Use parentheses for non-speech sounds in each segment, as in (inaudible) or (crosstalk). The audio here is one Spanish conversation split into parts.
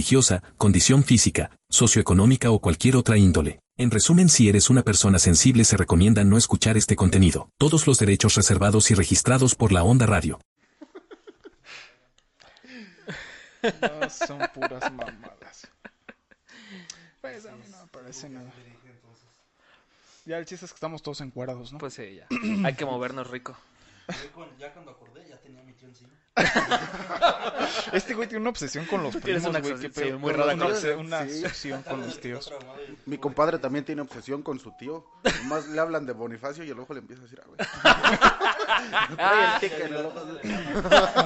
religiosa, condición física, socioeconómica o cualquier otra índole. En resumen, si eres una persona sensible se recomienda no escuchar este contenido. Todos los derechos reservados y registrados por la Onda Radio. No, son puras mamadas. Pues a mí no me parece nada. Ya el chiste es que estamos todos encuadrados, ¿no? Pues (laughs) sí, (clears throat) ya. Hay que movernos rico. Yo con- ya cuando acordé, ya tenía mi tío encima. Este güey tiene una obsesión con los Tienes primos, una güey. obsesión, qué sí, pedo. muy rara Una, con- obse- una sí. obsesión con (laughs) los tíos. Mi compadre también tiene obsesión con su tío. Nomás le hablan de Bonifacio y el ojo le empieza a decir, ah, güey. Trae el tique en el ojo.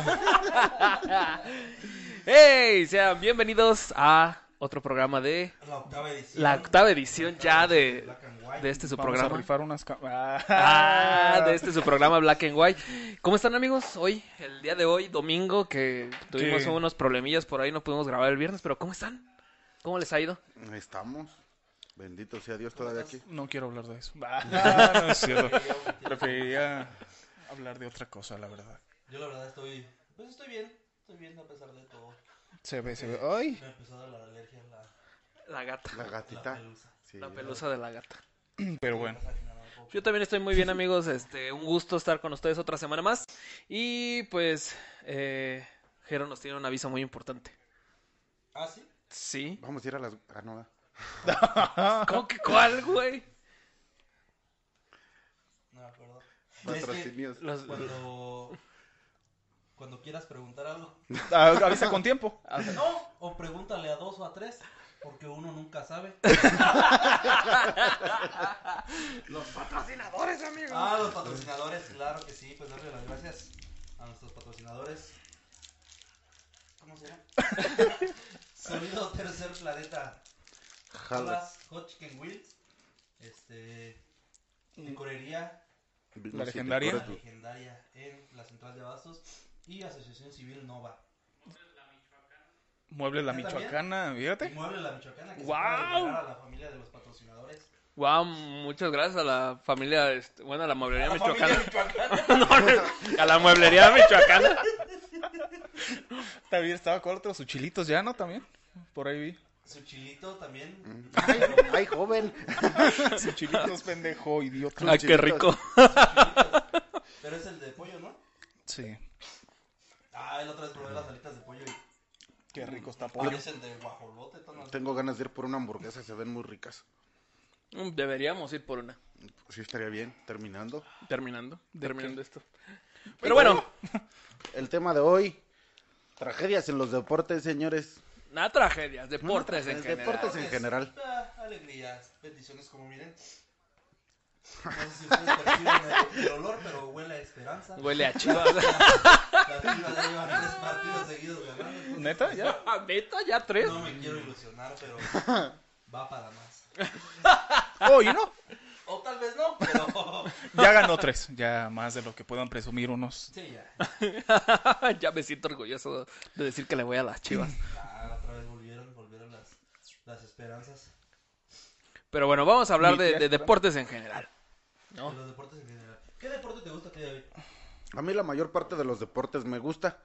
(laughs) ¡Hey! Sean bienvenidos a otro programa de La octava edición. la octava edición ya de, Black and White. de este su Vamos a programa. rifar unas... ca- Ah. Ah, de este su programa Black and White. ¿Cómo están amigos? Hoy, el día de hoy, domingo, que tuvimos Sí. unos problemillas por ahí, no pudimos grabar el viernes, pero ¿cómo están? ¿Cómo les ha ido? Ahí Estamos. Bendito sea Dios todavía aquí. No quiero hablar (laughs) de eso. Ah, no es cierto. Preferiría hablar de otra cosa, la verdad. Yo la verdad estoy. Pues estoy bien. Estoy bien a pesar de todo. Se ve, se ve. ¡Ay! (laughs) Me empezó a dar la alergia a la, La gata, La la gatita. pelusa. Sí. la pelusa de la gata. (clears throat) Pero bueno. Yo también estoy muy bien, amigos. Este, un gusto estar con ustedes otra semana más. Y pues, eh, Jero nos tiene un aviso muy importante. Ah, sí. ¿Sí? Vamos a ir a las... Ah, no, ah. ¿Cómo que cuál, güey? No me acuerdo. Es que Patrocinios. Los- cuando. Cuando quieras preguntar algo. Ah, avisa con tiempo. No, o pregúntale a dos o a tres. Porque uno nunca sabe. Los patrocinadores, amigos. Ah, los patrocinadores, claro que sí. Pues darle las gracias a nuestros patrocinadores. ¿Cómo se llama? Sonido Tercer Planeta. Jala. Jolas, Hodgkin Will. Este. Licorería. Vino La si te legendaria. acuerdas La tú. legendaria en la central de Abastos y Asociación Civil Nova. Mueble la Michoacana, fíjate. Inmueble La Michoacana que ¡Guau! se acaba de llegar a la familia de los patrocinadores. Wow, muchas gracias a la familia, este, bueno, a la mueblería La familia michoacana. michoacana. (laughs) No, no, a la mueblería michoacana. También estaba con otros sus chilitos ya, ¿no? También. Por ahí vi. Su chilito también. Ay, ay, joven. Sus (laughs) chilitos, pendejo, idiota. Ah, qué rico. Pero es el de pollo, ¿no? Sí. Ah, el otra vez probé las alitas de pollo y Qué rico está pollo. parecen de guajolote. todo no- Tengo ganas de ir por una hamburguesa, se ven muy ricas. Mm, Deberíamos ir por una. Sí, estaría bien, terminando. Terminando, terminando esto. Pero bueno, El tema de hoy, tragedias en los deportes, señores. nada tragedias, deportes en Los general. Deportes en general. Ah, alegrías, bendiciones, como miren. No sé si ustedes perciben el, el olor, pero huele a esperanza. Huele a chivas. Las Chivas ya llevan tres partidos seguidos ganando. entonces, ¿Neta? ¿Ya? Ah, ¿Neta? ¿Ya (laughs) tres? No me quiero ilusionar, pero va para más. Oh, ¿y no? O tal vez no, pero (laughs) Ya ganó tres. Ya más de lo que puedan presumir unos. sí, ya. (laughs) ya me siento orgulloso de decir que le voy a las chivas. (laughs) Ah, otra vez volvieron, volvieron las, las esperanzas Pero bueno, vamos a hablar Mi de, tía de Esperanza. deportes en (laughs) general. ¿No? de los deportes en general. ¿Qué deporte te gusta a ti, David? A mí la mayor parte de los deportes me gusta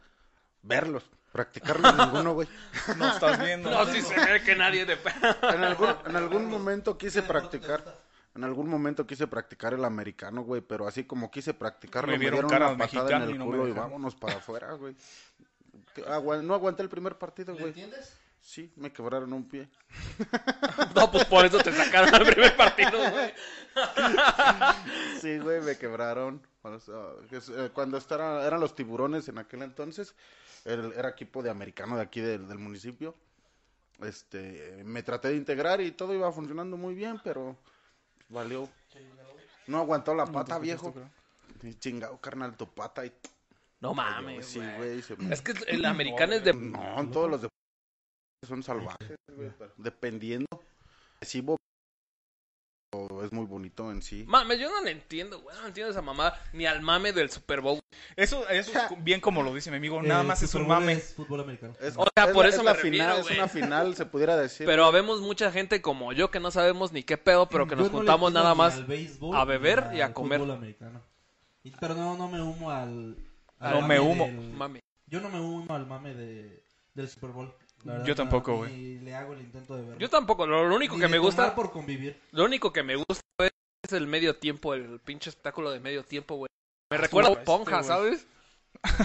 verlos, (laughs) practicarlos ninguno, güey. No estás viendo. (laughs) No, si se ve que nadie de... En algún, en algún momento quise ¿Qué deporte te practicar, gusta? en algún momento quise practicar el americano, güey, pero así como quise practicarlo, Me me, vieron dieron cara una de patada mexicano en y el no me culo y dejaron. vámonos para afuera, güey. Que agua- no aguanté el primer partido, ¿Le güey. entiendes? Sí, me quebraron un pie. (laughs) No, pues por eso te sacaron al primer partido, (laughs) güey. Sí, güey, me quebraron. O sea, que es, eh, Cuando estara- eran los tiburones en aquel entonces, el- era equipo de americano de aquí del, del municipio. Este, me traté de integrar y todo iba funcionando muy bien, pero valió. No aguantó la pata, viejo. Y chingado, carnal, tu pata y... No mames, Sí, güey. güey, se me- Es que el americano es de... No, en todos los de... son salvajes, güey, pero dependiendo. Arecibo o es muy bonito en sí. Mames, yo no le entiendo, güey. No entiendo esa mamá ni al mame del Super Bowl. Eso, eso es bien como lo dice mi Eh, amigo, nada El más es Super un Bowl Este mame. Es fútbol americano. Es, O sea, es- por es eso la me final, refiero, es güey. una final, se pudiera decir. Pero habemos mucha gente como yo que no sabemos ni qué pedo, pero que Yo nos no le juntamos tiro nada ni más. al béisbol a ni beber y a al comer. fútbol americano. Y- pero no, no me humo al. al No mame me humo. del- Mami. yo no me uno al mame de, del Super Bowl. la verdad, Yo tampoco, güey. Ni le hago el intento de verlo. Yo tampoco, lo lo único Ni que de me gusta, tomar por convivir. lo único que me gusta es el medio tiempo, el pinche espectáculo de medio tiempo, güey. Me recuerda a Bob este, Esponja, güey. ¿sabes?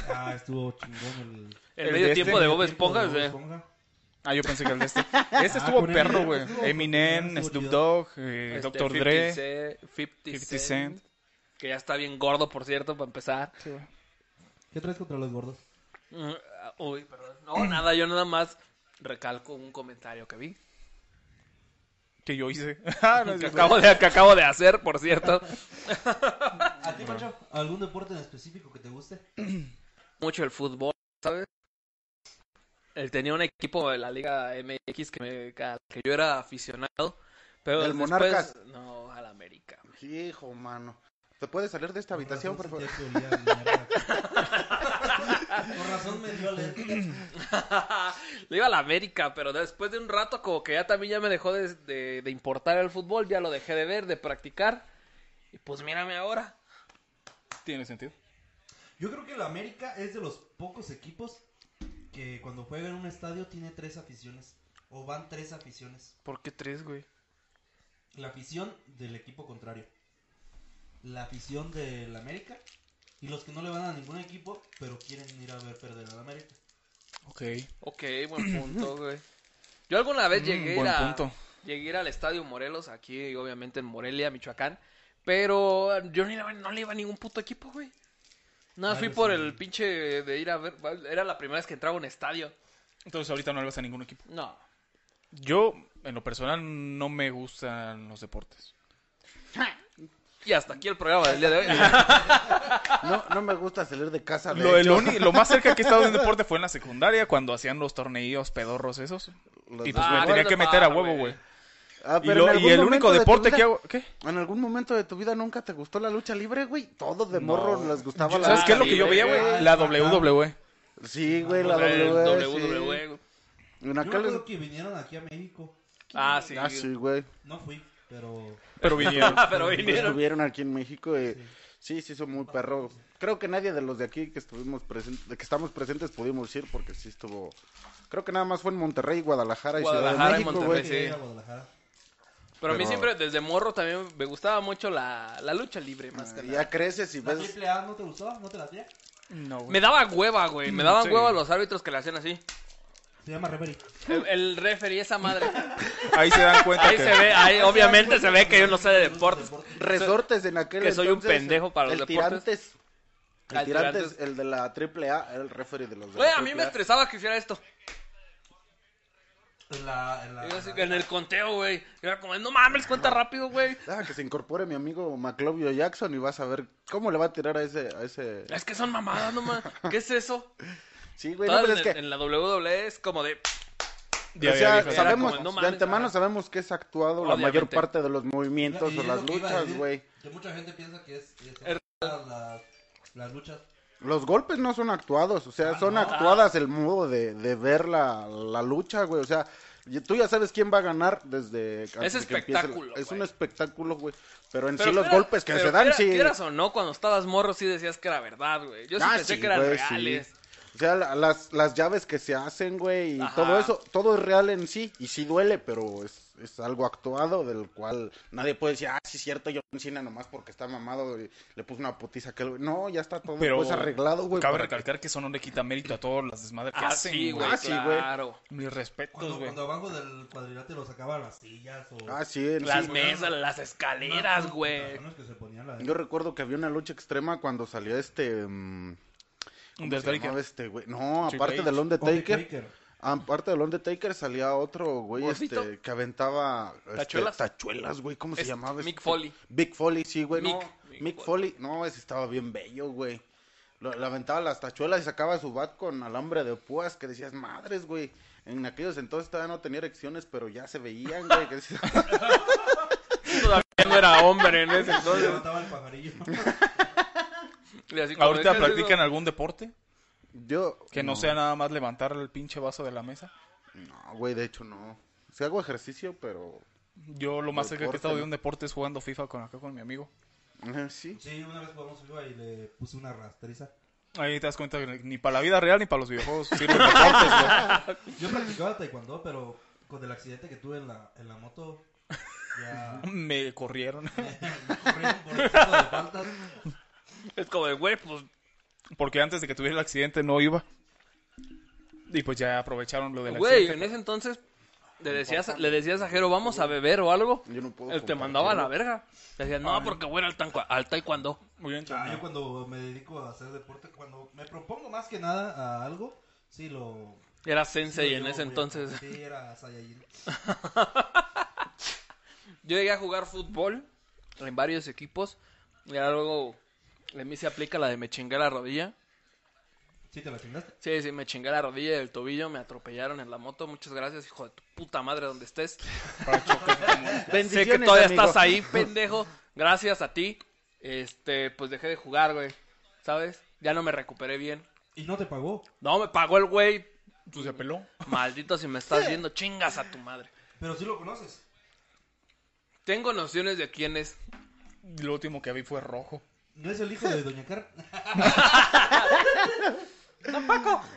Ah, estuvo chingón el. El, El medio de este tiempo de el Bob tiempo de Esponja, Bob güey. Esponja. Ah, yo pensé que el de (laughs) este. Este Ah, estuvo con perro, Eminem, güey. estuvo- Eminem, estuvo Snoop chido. Dogg, eh, Este, Dr. Dre. Cent, 50, 50 Cent, Cent. Que ya está bien gordo, por cierto, para empezar. ¿Qué traes contra los gordos? Mm, ah, Uy, perdón. (clears throat) No, nada, yo nada más recalco un comentario que vi. Que yo hice. (laughs) Ah, no, es Que cierto. acabo, de, que acabo de hacer, por cierto. (laughs) ¿A ti, Pancho? ¿Algún deporte en específico que te guste? Mucho el fútbol, ¿sabes? Él tenía un equipo de la Liga MX que, me- al que yo era aficionado. Pero ¿Del después- Monarcas? No, al América. Hijo, mano. ¿Te puedes salir de esta habitación, por Por favor? razón se te olía mierda. Por razón me dio alergia. (laughs) Le iba al América, pero después de un rato como que ya también ya me dejó de, de- de importar el fútbol, ya lo dejé de ver, de practicar. Y pues mírame ahora. Tiene sentido. Yo creo que el América es de los pocos equipos que cuando juega en un estadio tiene tres aficiones. O van tres aficiones. ¿Por qué tres, güey? La afición del equipo contrario. La afición del América. Y los que no le van a ningún equipo, pero quieren ir a ver perder al América. Ok. Ok, buen punto, güey. Yo alguna vez Mm, llegué, buen a, ir a- punto. llegué a ir al Estadio Morelos, aquí obviamente en Morelia, Michoacán, pero yo ni le iba- no le iba a ningún puto equipo, güey. Nada, Ah, fui yo por sí. el pinche de ir a ver, era la primera vez que entraba a un estadio. Entonces ahorita no le vas a ningún equipo. No. Yo, en lo personal, no me gustan los deportes. Y hasta aquí el programa del día de hoy. (laughs) No, no me gusta salir de casa. Ah, de Lo, hecho. lo uni- lo más cerca que he estado (laughs) de un deporte fue en la secundaria, cuando hacían los torneillos pedorros esos. Los Y pues dos. me Ah, tenía bueno, que meter a va, huevo, güey. güey. Ah, Y, pero lo- en algún y el momento único de tu deporte vida- que hago... ¿Qué? ¿En algún momento de tu vida nunca te gustó la lucha libre, güey? Todos de No. morro les gustaba la ¿Sabes Ah, qué es lo sí, que yo güey. veía, güey? La E, WWE. Sí, güey, la El WWE. WWE, sí. güey. En Yo me aquel- acuerdo que vinieron aquí a México. Ah, sí. Ah, sí, güey. No fui, pero Pero (laughs) vinieron. Ah, pero vinieron. Pues, Estuvieron aquí en México y sí, sí, son muy perros. Creo que nadie de los de aquí que estuvimos presentes, que estamos presentes pudimos ir porque sí estuvo. Creo que nada más fue en Monterrey, Guadalajara y Guadalajara y Ciudad de México, Monterrey, güey. sí. quería ir a Guadalajara. Pero a mí Pero- siempre, desde morro, también me gustaba mucho la, la lucha libre, más que nada. Ah, Ya creces y pues, ¿La ves. triple A no te gustó? ¿No te la tía? No, Me güey. daba hueva, güey. Me daban Sí. hueva los árbitros que le hacían así. Se llama Reverie. El, el referee, esa madre. Ahí se dan cuenta Ahí que... se ve, ahí obviamente se ve que yo no sé de deportes. Resortes en aquel Que soy un entonces, pendejo para los el deportes. Tirantes, Ah, el el tirantes, Tirantes. el de la triple A, era el referee de los de Güey, la a mí me AAA. estresaba que hiciera esto. En la, en la, Yo así, en el conteo, güey. Yo Era como, no mames, cuenta rápido, güey. Deja Ah, que se incorpore mi amigo Maclovio Jackson y vas a ver cómo le va a tirar a ese, a ese. Es que son mamadas, no mames. ¿Qué es eso? Sí, güey, no, Todas pero en, es que. en la WWE es como de. Ya o había sea, visto. era sabemos, como, no de mames, antemano ajá. sabemos que es actuado la mayor Obviamente. parte de los movimientos Y o es las lo que iba a luchas, decir, güey. Que mucha gente piensa que es, es- Er- las, las luchas. Los golpes no son actuados, o sea, Ah, son no. actuadas el modo de, de ver la, la lucha, güey. O sea, y tú ya sabes quién va a ganar desde antes de que empiece la- espectáculo, Es un güey. espectáculo, güey. Pero en Pero sí los quiera- golpes que pero se dan, quiera- sí. Quieras o no, cuando estabas morro, sí decías que era verdad, güey. Yo sí Ah, pensé sí, que eran güey, sí. reales. O sea, la- las, las llaves que se hacen, güey, y Ajá. todo eso, todo es real en sí, y sí duele, pero es, es algo actuado del cual nadie puede decir, ah, sí es cierto, yo Cena nomás porque está mamado, y le puso una putiza a aquel güey. No, ya está todo Pero pues, arreglado, güey. Cabe para que- recalcar que eso no le quita mérito a todos las desmadres que Ah, hacen, sí, güey. Ah, sí, güey. claro. Mis Cuando, respetos, güey. cuando abajo del cuadrilátero sacaban las sillas o Ah, sí, en Las sí. mesas, las escaleras, unas güey. putazonas que se ponían la de- Yo recuerdo que había una lucha extrema cuando salió este... mm, Un ¿cómo se Undertaker. llamaba este güey? No, Triple aparte H. del Undertaker. Undertaker, aparte del Undertaker salía otro güey Gordito. este, que aventaba... este, Tachuelas. Tachuelas, güey, ¿cómo se Es llamaba? Mick este? Foley. Big Foley, sí, güey. no, Mick, Mick Mick, Foley. no, ese estaba bien bello, güey. Lo, le aventaba las tachuelas y sacaba su bat con alambre de púas que decías, madres, güey. En aquellos entonces todavía no tenía erecciones, pero ya se veían, güey. que sí- Todavía no era hombre en ese Se entonces. levantaba (laughs) el pajarillo. Y así como ¿Ahorita decías, practican eso, algún deporte? (laughs) Yo. Que no, sea nada más levantar el pinche vaso de la mesa. No, güey, de hecho no. Sí hago ejercicio, pero. Yo lo más cerca que he Deporte, estado de ¿no? un deporte es jugando FIFA con acá con mi amigo. Ajá, eh, Sí. Sí, una vez jugamos FIFA y le puse una rastriza. Ahí te das cuenta que ni para la vida real ni para los videojuegos sirven deportes, güey. (laughs) Yo practicaba taekwondo, pero con el accidente que tuve en la, en la moto, ya (laughs) Me corrieron. (laughs) me corrieron por el tipo de faltas. Es como de, güey, pues Porque antes de que tuviera el accidente no iba. Y pues ya aprovecharon lo del Güey, en accidente. ese entonces le decías, le decías a Jero, vamos a beber o algo. Yo no puedo Él te compartir, mandaba a la ¿no? verga. Le decías, no, porque voy a ir al, tanco- al taekwondo. Muy bien, Ah, chaval. yo cuando me dedico a hacer deporte, cuando me propongo más que nada a algo, sí lo... Era sí lo sensei en llevo ese muy a entonces. cabo. Sí, era Saiyajin. Yo llegué a jugar fútbol en varios equipos. Y ya luego a mí se aplica la de me chingué la rodilla. ¿Sí te la chingaste? Sí, sí, me chingué la rodilla y el tobillo. Me atropellaron en la moto. Muchas gracias, hijo de tu puta madre, donde (laughs) estés. Sé que Bendiciones, todavía amigo. estás (laughs) ahí, pendejo. Gracias a ti. Este, pues dejé de jugar, güey. ¿Sabes? Ya no me recuperé bien. Y no te pagó. No, me pagó el güey. Pues se apeló. Maldito, si me estás viendo, chingas a tu madre. Pero sí lo conoces. Tengo nociones de quién es. Lo último que vi fue rojo. No es el hijo de Doña Car.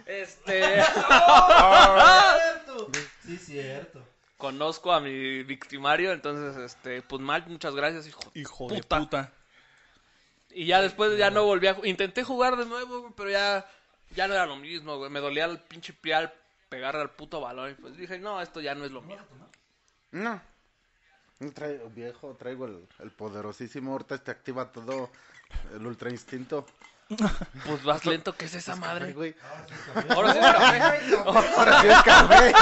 Este. (laughs) Ah, ¡Cierto! Sí, cierto. Conozco a mi victimario, entonces, este, pues mal, muchas gracias, hijo. Hijo Puta. de puta. Y ya después ya no volví a. ju- Intenté jugar de nuevo, güey, pero ya. Ya no era lo mismo, güey. Me dolía el pinche pie al pegar al puto balón. Y pues dije, no, esto ya no es lo mío. No. No traigo, viejo, traigo el, el poderosísimo. Ahorita te activa todo el ultra instinto. Pues vas lento, ¿qué es esa Ay, madre? güey. Ahora sí, ahora- (laughs) Oh, Ahora sí es café.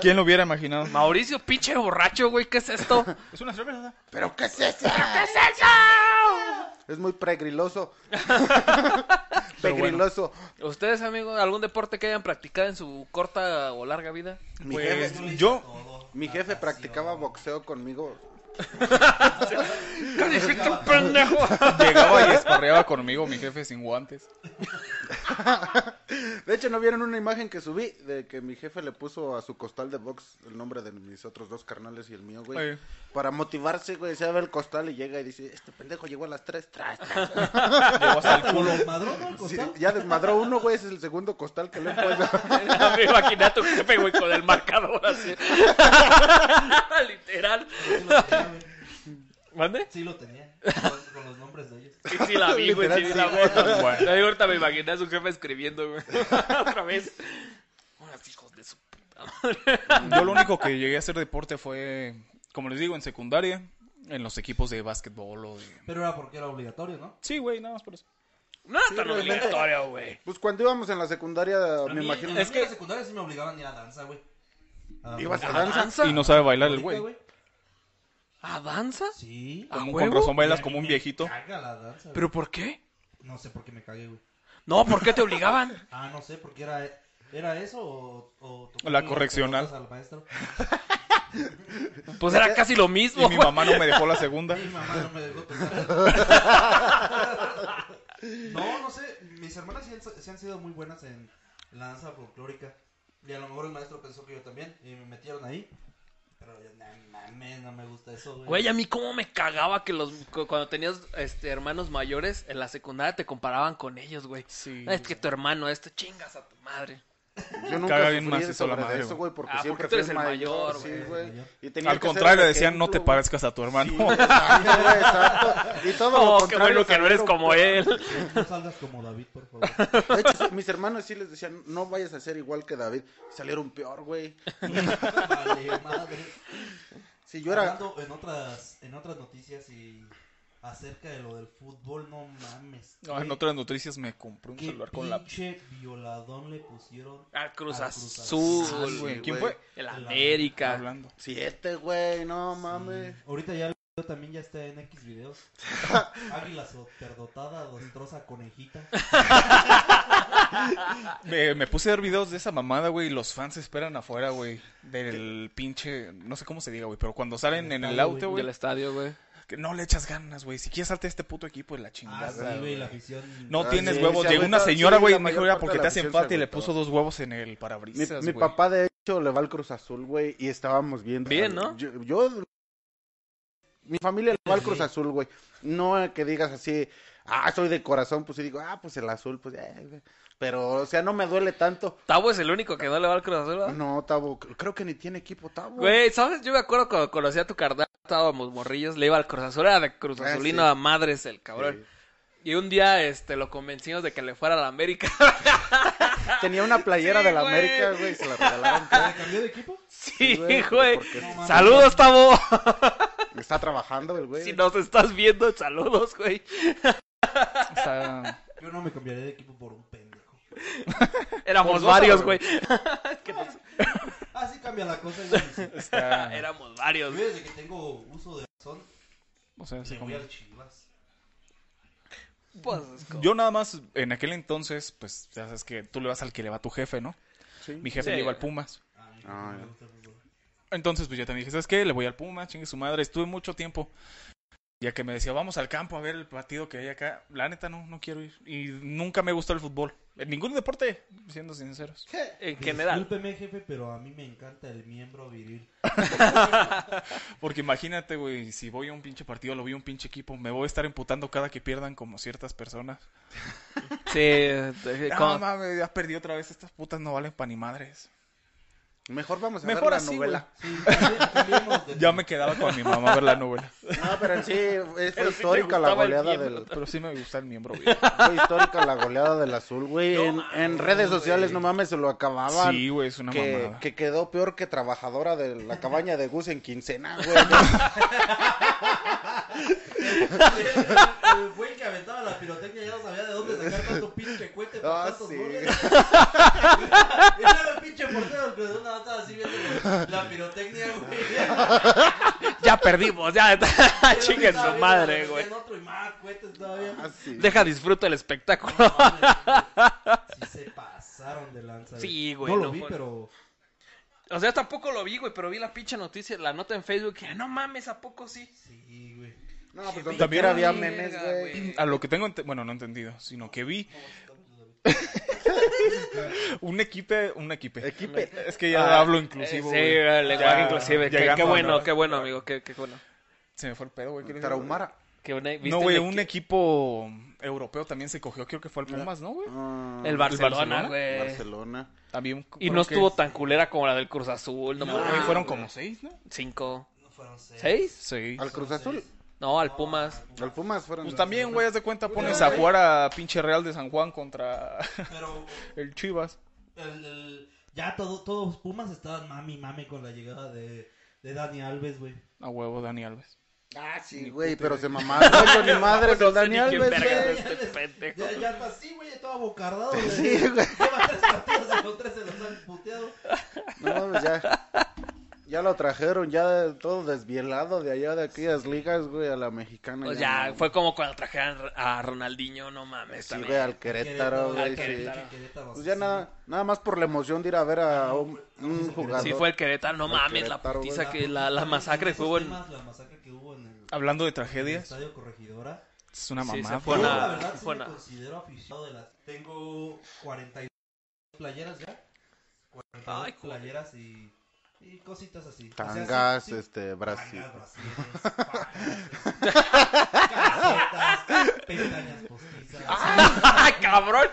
¿Quién lo hubiera imaginado? Mauricio, pinche borracho, güey, ¿qué es esto? Es una cerveza. ¿Pero qué es eso? ¿Qué (laughs) es eso? Es (laughs) muy pregriloso. Pero bueno. pregriloso. ¿Ustedes, amigos, algún deporte que hayan practicado en su corta o larga vida? Mi Pues jefe, yo, Todo. mi jefe practicaba boxeo conmigo. ¿Qué dijiste, pendejo? Llegaba y esparreaba conmigo mi jefe sin guantes. De hecho, ¿no vieron una imagen que subí de que mi jefe le puso a su costal de box el nombre de mis otros dos carnales y el mío, güey? Ay. Para motivarse, güey, se ve el costal y llega y dice, este pendejo llegó a las tres, tras, tras". Llegó hasta el ¿Con culo. los madrón, no? ¿Al Sí, costado? ya desmadró uno, güey, ese es el segundo costal que le he puesto. Pues, Me imaginé a tu jefe, güey, con el marcador (laughs) así. Literal. Sí lo tenía, güey. ¿Mande? Sí lo tenía. Con, con los nombres de ellos. Sí, sí (laughs) la vi, güey, sí vi la Literal, sí, foto. güey. Te digo, ahorita me imaginé a su jefe escribiendo, güey. (laughs) Otra vez. Unos hijos de su puta madre. Yo lo único que llegué a hacer deporte fue, como les digo, en secundaria, en los equipos de básquetbol o de... Pero era porque era obligatorio, ¿no? Sí, güey, nada más por eso. No, tan realmente. obligatorio, güey. Pues cuando íbamos en la secundaria, me imagino... Es que en la secundaria sí me obligaban a ir a danza, güey. A- Ibas a a- danza. Y no sabe bailar el ahorita, güey. ¿Avanza? Sí. ¿A Como- Con huevo? razón bailas Y a como mí un me viejito. Caga la danza. güey. ¿Pero por qué? No sé por qué me cagué, güey. No, ¿por qué te (laughs) obligaban? Ah, no sé, porque era, era eso o, o tocó La las correccional. pelotas Al maestro. Pues era casi lo mismo. Y (laughs) mi mamá no me dejó la segunda. Mi mamá no me dejó (laughs) tocar. no, no sé. Mis hermanas sí han, sí han sido muy buenas en la danza folclórica. Y a lo mejor el maestro pensó que yo también. Y me metieron ahí. Pero yo, no mames, no me gusta eso, güey. Güey, a mí cómo me cagaba que los cu- cuando tenías este hermanos mayores en la secundaria te comparaban con ellos, güey. Sí. Es que tu hermano esto chingas a tu madre. Yo nunca Caga sufrí bien más eso la sobre madre, eso, güey. güey, porque Ah, siempre porque tú fui eres el mayor, sí, güey. güey. Mayor. Y tenía Al que ser contrario, el decían, no te ejemplo, güey. parezcas a tu Sí, hermano. (laughs) güey, exacto, güey, exacto. Y todo lo (laughs) Oh, qué contrario, bueno que no eres salieron- como él. No salgas como David, por favor. De hecho, sí, mis hermanos sí les decían, no vayas a ser igual que David. Salieron peor, güey. vale, madre. Si yo era... Hablando en otras, en otras noticias y acerca de lo del fútbol, no mames. Ah, No, en Güey, otras noticias me compré un ¿Qué celular con Ah, la... pinche violadón le pusieron Al Cruz Al Cruz Azul, Azul. ¿Quién Ah, güey. fue? el El América. Hablando. Siete, güey, no mames. Ahorita ya Yo también ya está en X (laughs) videos. Águila superdotada, destroza conejita. Me, me puse a ver videos de esa mamada, güey. y Los fans esperan afuera, güey. Del pinche. No sé cómo se diga, güey. Pero cuando salen Del en el estadio, auto, güey. güey. Del estadio, güey. que No le echas ganas, güey. Si quieres salte a este puto equipo de la chingada. Ah, sí, güey, güey. la afición. No Ah, tienes sí, huevos. se Llegó una agüita, señora, sí, güey, la y me dijo, mayor "Era parte porque de te la hace afición empate se y le agüitó. puso dos huevos en el Mi, parabrisas, mi güey. (laughs) papá, de hecho, le va al Cruz Azul, güey, y estábamos viendo. Bien, ¿no? Yo, yo- mi familia le va al Cruz Azul, güey. No que digas así, ah, soy de corazón, pues sí digo, ah, pues el azul, pues eh, güey". Pero, o sea, no me duele tanto. Tabo es el único que no le va al Cruz Azul, ¿verdad? No, Tabo, cr- creo que ni tiene equipo, Tabo. ¿Ah? Güey, ¿sabes? Yo me acuerdo cuando conocí a tu carnal, estábamos morrillos, le iba al Cruz Azul, era de Cruz Ah, Azulino sí. a madres el cabrón. Y un día, este, lo convencimos de que le fuera a la América. (laughs) Tenía una playera Ah, Sí, de la güey. América, güey, se la regalaron. ¿Se cambió de equipo? (laughs) sí, güey, pues, güey. porque No mames. Saludos, Tabo. Está trabajando el güey. Si nos estás viendo, saludos, güey. O sea, Yo no me cambiaré de equipo por un pendejo. Éramos Por dos, varios, güey. cabrón. Que nos- Así Ah, cambia la cosa. (laughs) güey. está- (laughs) Éramos varios, Yo güey. desde que tengo uso de razón, o sea, así se voy como- al Chivas. Pues, es como- Yo nada más, en aquel entonces, pues, ya sabes que tú le vas al que le va tu jefe, ¿no? Sí. Mi jefe Sí. le iba al Pumas. A mí Ah, no me ya. gusta el fútbol. Entonces, pues yo también dije, ¿sabes qué? Le voy al Puma, chingue su madre. Estuve mucho tiempo. Ya que me decía, vamos al campo a ver el partido que hay acá. La neta, no, no quiero ir. Y nunca me gustó el fútbol. En ningún deporte, siendo sinceros. En general. Discúlpeme, jefe, pero a mí me encanta el miembro viril. Porque imagínate, güey, si voy a un pinche partido, lo voy a un pinche equipo, me voy a estar emputando cada que pierdan como ciertas personas. Sí, eh, No como- mames, ya perdí otra vez. Estas putas no valen pa' ni madres. Mejor vamos a Mejor ver así, la güey. novela. Sí, cambi- cambiemos de- Ya me quedaba con mi mamá a ver la novela. No, (laughs) pero en sí, es- fue Pero sí te histórica la gustaba el goleada tiempo. del... Pero sí me gusta el miembro, güey. Fue histórica la goleada del azul, güey. No en, mames, en redes sociales, güey. no mames, se lo acababan. Sí, güey, es una que, mamada. que quedó peor que trabajadora de la cabaña de Gus en quincena, güey. El güey que aventaba la pirotecnia ya no sabía de dónde sacar tanto pinche cuete para Ah, tantos sí. goles. (laughs) Era el pinche portero el que de una bata así viendo la pirotecnia, güey. Ya perdimos, ya. (laughs) Chingue Chingue Ah, su madre, güey. Otro y más cohetes todavía. Ah, sí. Deja disfruto el espectáculo. No mames, Sí se pasaron de lanza. Sí, güey, No lo no vi, fue- pero O sea, tampoco lo vi, güey, pero vi la pinche noticia, la nota en Facebook. Que, no mames, ¿a poco sí? sí, güey. No, pues donde También quiera había había memes, Verga, güey. A lo que tengo, ente- bueno, no entendido, sino que vi un equipo, un equipo. Equipe. Es que ya hablo inclusivo, Eh, Sí, güey. el lenguaje Ya inclusive. Qué- Qué, llegando, bueno, ¿no? qué bueno, amigo, qué, qué bueno. Se me fue el pedo, güey. ¿qué le digo? eh, Tarahumara. Que una- ¿viste No, güey, el un equi- equipo europeo también se cogió, creo que fue el Pumas, ¿no, güey? Ah, El eh, Barcelona, Barcelona? güey. Barcelona. Había un- Y creo no que- estuvo tan culera como la del Cruz Azul. No, No, mames, güey, fueron güey. como seis, ¿no? Cinco. No fueron seis. ¿Seis? Sí. Al Cruz Azul. No, al Pumas. Al Pumas fueron. Pues también, güey, haz de cuenta, pones a jugar a pinche Real de San Juan contra (laughs) Pero el Chivas. el, el- ya todo, todos Pumas estaban mami, mami con la llegada de, de Dani Alves, güey. A huevo, Dani Alves. Ah, sí, güey, pero se mamaron. güey, ni madre No del sé ni Dani quién Alves, verga güey. es este pendejo. Ya, ya está así, güey, ya estaba bocardado. güey. Sí, güey. Lleva tres partidos a los tres se los han puteado. No, pues ya. Ya lo trajeron, ya todo desvielado de allá de aquellas ligas, güey, a la mexicana. Pues ya ya, no. fue como cuando trajeron a Ronaldinho, no mames. Pues Sí, también. güey, al Querétaro, Al güey. sí. Querétaro. Pues ya nada, nada más por la emoción de ir a ver a un, un jugador. Sí, fue el Querétaro, no Al mames, la Querétaro, putiza güey. que la, la masacre que fue hubo en... (laughs) La masacre que hubo en el, Hablando de en el tragedias, estadio Corregidora. es una Sí, se mamada. fue Yo, una- la verdad, sí fue me una- considero aficionado de las... Tengo 42 playeras ya. 42 Ay, joder. playeras y, y cositas así. O sea, sí- Tangas, sí- este, Brasil. Tangas, brasileños, pacas, calcetas, pestañas postizas. ¡Ah, cabrón!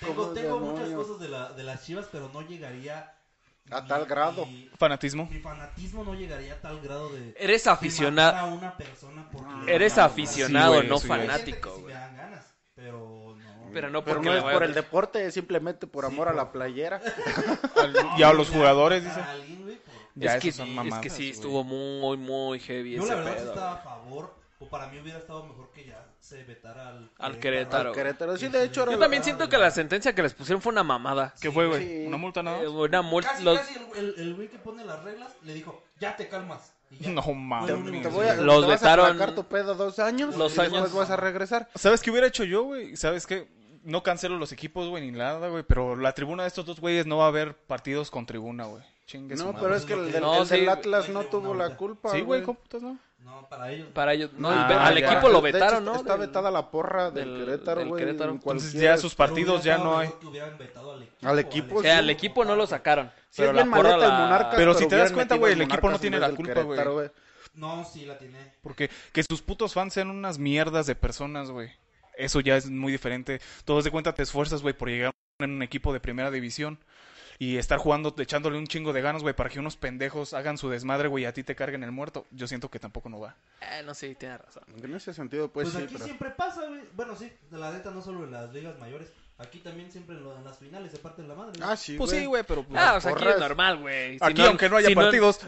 Tengo, ¿Cómo tengo demonios? muchas cosas de, la, de las chivas, pero no llegaría... A mi- tal grado. Mi, Fanatismo. mi fanatismo no llegaría a tal grado de... de Eres aficionado... matar a una persona Ah, porque le Eres dan ganas. aficionado, Sí, güey, no sí, güey. fanático, Hay gente que sí güey. me dan ganas, pero no. Pero no Pero porque no le es voy a- por el deporte, es simplemente por Sí, amor a por- la playera. Al- y a los Ya, jugadores, a dice. alguien, güey, por- Ya es, que, esas son sí, es mamadas, que sí, güey. estuvo muy, muy heavy Yo ese la verdad sí pedo. estaba a favor O para mí hubiera estado mejor que ya se vetara al, Al Querétaro. Al Querétaro. Sí, de hecho era Yo lo- también siento que la sentencia que les pusieron fue una mamada. ¿Qué fue, güey? sí. ¿Una multa nada? Eh, más? una multa. Casi, los- casi el- el el güey que pone las reglas le dijo, ya te calmas. Y ya. No Te, mames. te voy a, Los te vas a vetaron- sacar tu pedo dos años. Los y después años. vas a regresar. ¿Sabes qué hubiera hecho yo, güey? ¿Sabes qué? No cancelo los equipos, güey, ni nada, güey. Pero la tribuna de estos dos güeyes no va a haber partidos con tribuna, güey. Chingue su No, madre. pero es que el del, No, el del sí. Atlas no Sí, tuvo güey. la culpa. Sí, güey, ¿cómo putas no? No, para ellos. Para ellos. No, no, y al- ve- Ah, al ya. equipo lo De hecho, vetaron, ¿no? Está Del- vetada la porra del, del- Querétaro, del güey. en Querétaro. Entonces ya cualquiera. sus partidos ya no hay. Al equipo, O sea, Eh, al equipo no lo sacaron. Sí, Pero es la bien porra maleta el la- Monarcas, Pero si te hubieran das cuenta, metido güey, al el equipo no Monarcas en tiene vez la del culpa, Querétaro, güey. No, sí la tiene. Porque que sus putos fans sean unas mierdas de personas, güey. Eso ya es muy diferente. Todos de cuenta te esfuerzas, güey, por llegar en un equipo de primera división y estar jugando, echándole un chingo de ganas, güey, para que unos pendejos hagan su desmadre, güey, y a ti te carguen el muerto. Yo siento que tampoco no va. Eh, no sé, tiene razón. En ese sentido, pues, Pues, sí, aquí pero- siempre pasa, güey. Bueno, sí, de la neta no solo en las ligas mayores. Aquí también siempre en, lo- en las finales se parten la madre. (laughs) güey. Ah, sí, Pues sí, güey, pero. pues, Ah, o sea, aquí porras. es normal, güey. Si Aquí, aunque no haya si partidos,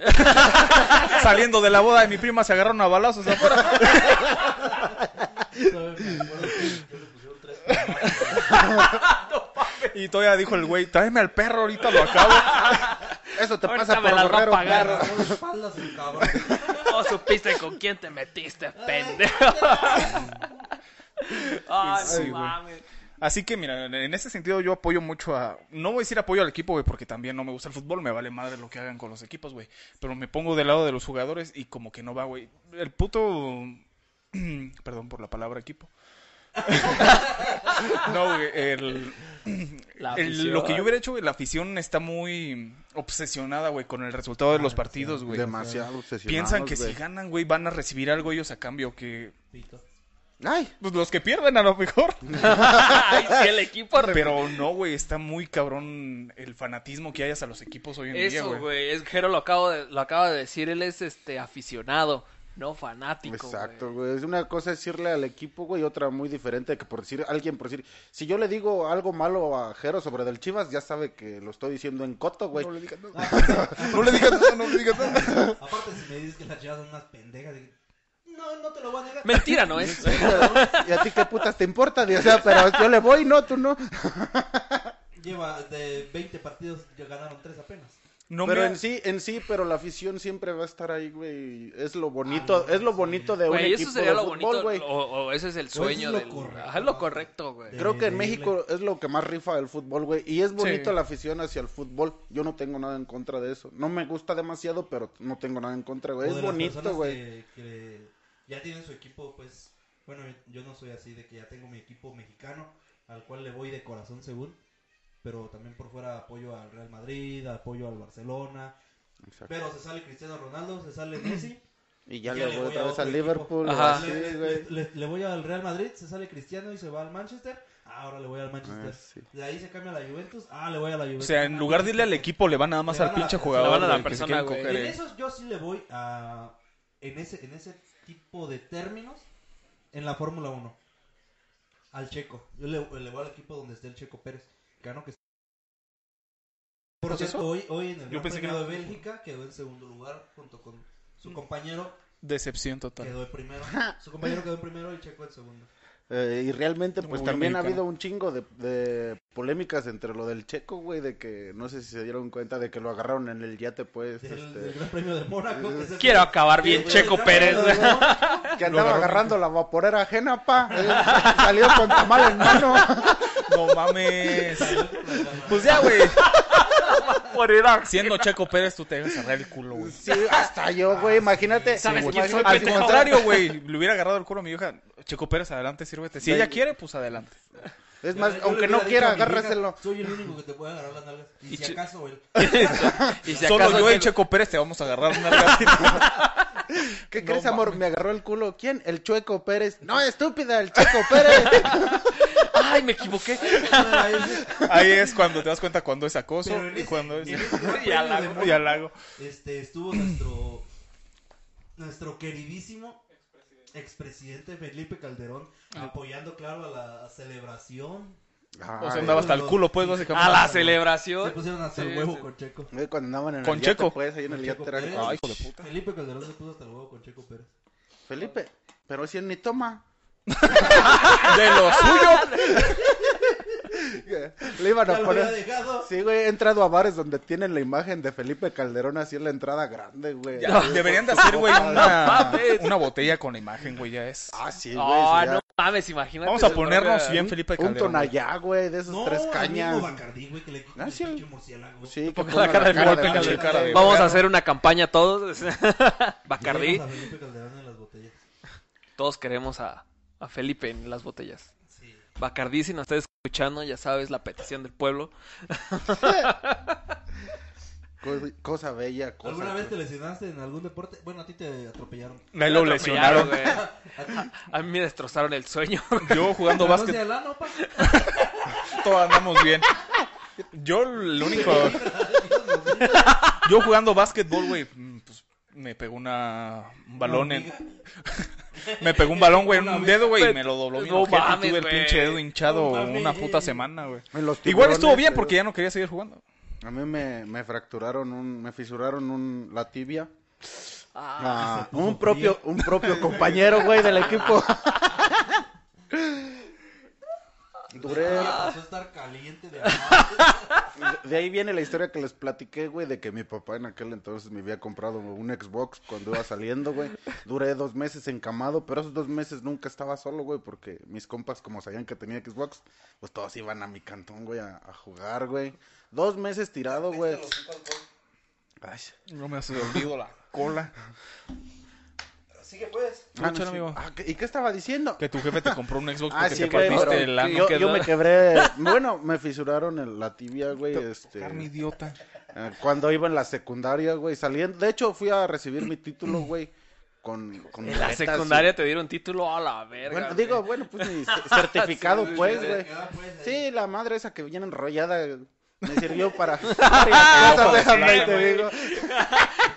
saliendo de la boda de mi prima se agarraron a balazos afuera. Todavía me acuerdo que yo le pusieron (laughs) tres palabras, Y todavía dijo el güey, tráeme al perro, ahorita lo acabo. Eso te Ahorita pasa me por las va a borrero. pagar. perro. güey. Dos espaldas, (laughs) el cabrón. (laughs) No supiste con quién te metiste, pendejo. (laughs) Ay, Sí, güey. no mames. Así que, mira, en ese sentido yo apoyo mucho a... No voy a decir apoyo al equipo, güey, porque también no me gusta el fútbol, me vale madre lo que hagan con los equipos, güey. Pero me pongo del lado de los jugadores y como que no va, güey. El puto... (clears throat) Perdón por la palabra equipo. (laughs) no, güey, el... La el- afición. lo que yo hubiera hecho, güey, la afición está muy obsesionada, güey, con el resultado de los partidos, güey. Demasiado obsesionados, Piensan que güey. si ganan, güey, van a recibir algo ellos a cambio, que... Pito. Ay, Pues los que pierden a lo (laughs) mejor. (laughs) Ay, sí, el equipo Pero no, güey, está muy cabrón el fanatismo que hay hacia los equipos hoy en día, Eso, güey. güey, es Jero lo acabo de, lo acaba de decir, él es este aficionado, no fanático. exacto, güey. güey. Es una cosa decirle al equipo, güey, y otra muy diferente que por decir, alguien por decir, si yo le digo algo malo a Jero sobre del Chivas, ya sabe que lo estoy diciendo en coto, güey. (laughs) No le digas nada, no le digas nada. Aparte, si me dices que las chivas son unas pendejas, digo, no, no te lo voy a negar. Mentira, (laughs) ¿no es? ¿Y a ti qué putas te importa? Dios? O sea, pero yo le voy, no, tú no. Lleva de 20 partidos, ya ganaron 3 apenas. No, pero mira, en sí, en sí, pero la afición siempre va a estar ahí, güey. Es lo bonito, Ah, es lo bonito de un Güey, equipo eso sería de lo fútbol, bonito, güey. o, o ese es el sueño es lo del... correcto, Ajá, es lo ¿no? correcto, güey. De- Creo que en Increíble. México es lo que más rifa el fútbol, güey. Y es bonito Sí. la afición hacia el fútbol. Yo no tengo nada en contra de eso. No me gusta demasiado, pero no tengo nada en contra, güey. O de Es las bonito, personas güey. Que, que ya tienen su equipo, pues. Bueno, yo no soy así de que ya tengo mi equipo mexicano, al cual le voy de corazón según. Pero también por fuera apoyo al Real Madrid, apoyo al Barcelona. Exacto. Pero se sale Cristiano Ronaldo, se sale Messi. Y (clears throat) ya Ya le le voy voy otra a vez otro al equipo. Liverpool. Ajá. así, güey. le, (laughs) le- le- le voy al Real Madrid, se sale Cristiano y se va al Manchester. Ah, ahora le voy al Manchester. Ah, sí. De ahí se cambia a la Juventus. Ah, le voy a la o Juventus. sea, en lugar de irle al equipo, le van nada más Le al van a la- pinche le jugador. van a Ah, la güey, que se persona, quieren güey. coger, En eh. esos yo sí le voy a. En ese, en ese tipo de términos, en la Fórmula 1. Al Checo. Yo le, le voy al equipo donde esté el Checo Pérez. Ganó que. Por ¿Pasó cierto, hoy, hoy en Yo el Gran pensé que Premio no. de Bélgica quedó en segundo lugar junto con su compañero. Decepción total. (laughs) Quedó en primero. Su compañero quedó en primero y Checo en segundo. Eh, y realmente, pues Muy también ha americano. habido un chingo de, de polémicas entre lo del checo, güey. De que no sé si se dieron cuenta de que lo agarraron en el yate, pues. Del, este, del Gran Premio de Mónaco. que es el- Quiero acabar bien, Del Checo Gran Pérez. (laughs) Premio de Mónaco. que andaba agarrando la vaporera ajena, pa. Eh, salió con tamal en mano. (laughs) No mames. Pues ya, güey. Por ir a- Siendo Checo Pérez, tú te debes cerrar el culo, güey. Sí, hasta yo, güey. Imagínate. ¿Sabes quién imagínate- soy, al Al contrario, güey. Le hubiera agarrado el culo a mi hija. Checo Pérez, adelante, sírvete. Si ella quiere, pues adelante. Es Yo más, le- yo aunque le no quiera, hubiera dicho a mi vieja, agárraselo. Soy el único que te puede agarrar las nalgas. Y, Y si che- (laughs) acaso él. y si Solo acaso yo y Checo- Checo Pérez te vamos a agarrar una (laughs) gatita. ¿Qué No crees, amor? Me agarró el culo. ¿Quién? El Chueco Pérez. No, estúpida, el Checo Pérez. Ay, me equivoqué. Ahí es cuando te das cuenta cuando es acoso Pero en y ese- cuando es... (laughs) en ese gran Y al premio de (laughs) Y Mónaco, halago. Este estuvo nuestro nuestro queridísimo expresidente Felipe Calderón Ah. apoyando claro a la celebración. O sea, Ay, Ah, andaba hasta el culo, pues, A básicamente. la Se celebración. pusieron hasta el Sí, huevo sí. con Checo. güey, Cuando andaban en Con el yate, Checo. pues, ahí en Con el Checo yate era Pérez. como, Ay, "Ay, hijo de puta. Felipe Calderón se puso hasta el huevo con Checo Pérez. Felipe, Pero si él ni toma. De lo suyo. Le iban Ya a lo había poner. dejado. Sí, güey, he entrado a bares donde tienen la imagen de Felipe Calderón así en la entrada grande, güey. Ya, Así, deberían de con hacer, su güey, boca, una, mames. una botella con la imagen, güey, ya es. Ah, sí, güey. No, sería no mames, imagínate. Vamos a su ponernos propia- bien Felipe Un Calderón. güey. tonallá, güey, de esos No, tres cañas. Bacardí, güey, que le quita Ah, el sí. pinche murciélago. Sí, Porque ponga la cara de Felipe de Calderón, Calderón, cara de- güey. Vamos a hacer una campaña todos. (laughs) Bacardí. Llevemos a Felipe Calderón en las botellas. Todos queremos a, a Felipe en las botellas. Sí. Bacardí, si nos estás escuchando, ya sabes la petición del pueblo. Co- Cosa bella, cosa. ¿Alguna vez te lesionaste en algún deporte? Bueno, a ti te atropellaron. Me lo lesionaron. Atropellaron, güey. A mí me destrozaron el sueño. Yo jugando ¿Tendrás de básquet, Alano, pa? todos andamos bien. Yo, lo único. Dios, Yo jugando básquetbol, güey, mm, pues, me pegó una un balón en (laughs) me pegó un balón, güey, en un dedo, güey, y me lo dobló bien No ojete, y mames, tuve el güey. pinche dedo hinchado No mames. una puta semana, güey. En los Igual estuvo tiburones, bien güey. porque ya no quería seguir jugando. A mí me, me fracturaron un, me fisuraron un, la tibia. Ah, Ah, se puso un propio, un propio compañero, güey, del (laughs) equipo. Duré, Pasó a estar (laughs) caliente de amar. de ahí viene la historia que les platiqué, güey, de que mi papá en aquel entonces me había comprado un Xbox cuando iba saliendo, güey. Duré dos meses encamado, pero esos dos meses nunca estaba solo, güey, porque mis compas, como sabían que tenía Xbox, pues todos iban a mi cantón, güey, a, a jugar, güey. Dos meses tirado, güey. Ay, No me ha dolido la cola. Sigue pues. Ah, no, Escucha, sí. amigo. Ah, ¿qué- ¿Y qué estaba diciendo? Que tu jefe te compró un Xbox Ah, porque sí, te güey, partiste pero el ano. yo, que yo da- me quebré. Bueno, me fisuraron el- la tibia, güey. Este, Carne idiota. eh, cuando iba en la secundaria, güey, saliendo. De hecho, fui a recibir mi título, güey. Con, con en la boletas, secundaria te dieron título a la y- verga. Bueno, güey. digo, bueno, pues (laughs) mi cer- certificado, Sí, sí, pues, sí, güey. Ah, pues, ahí. Sí, la madre esa que viene enrollada me sirvió (laughs) para. (laughs) para esa, vez, hablar, te güey. digo.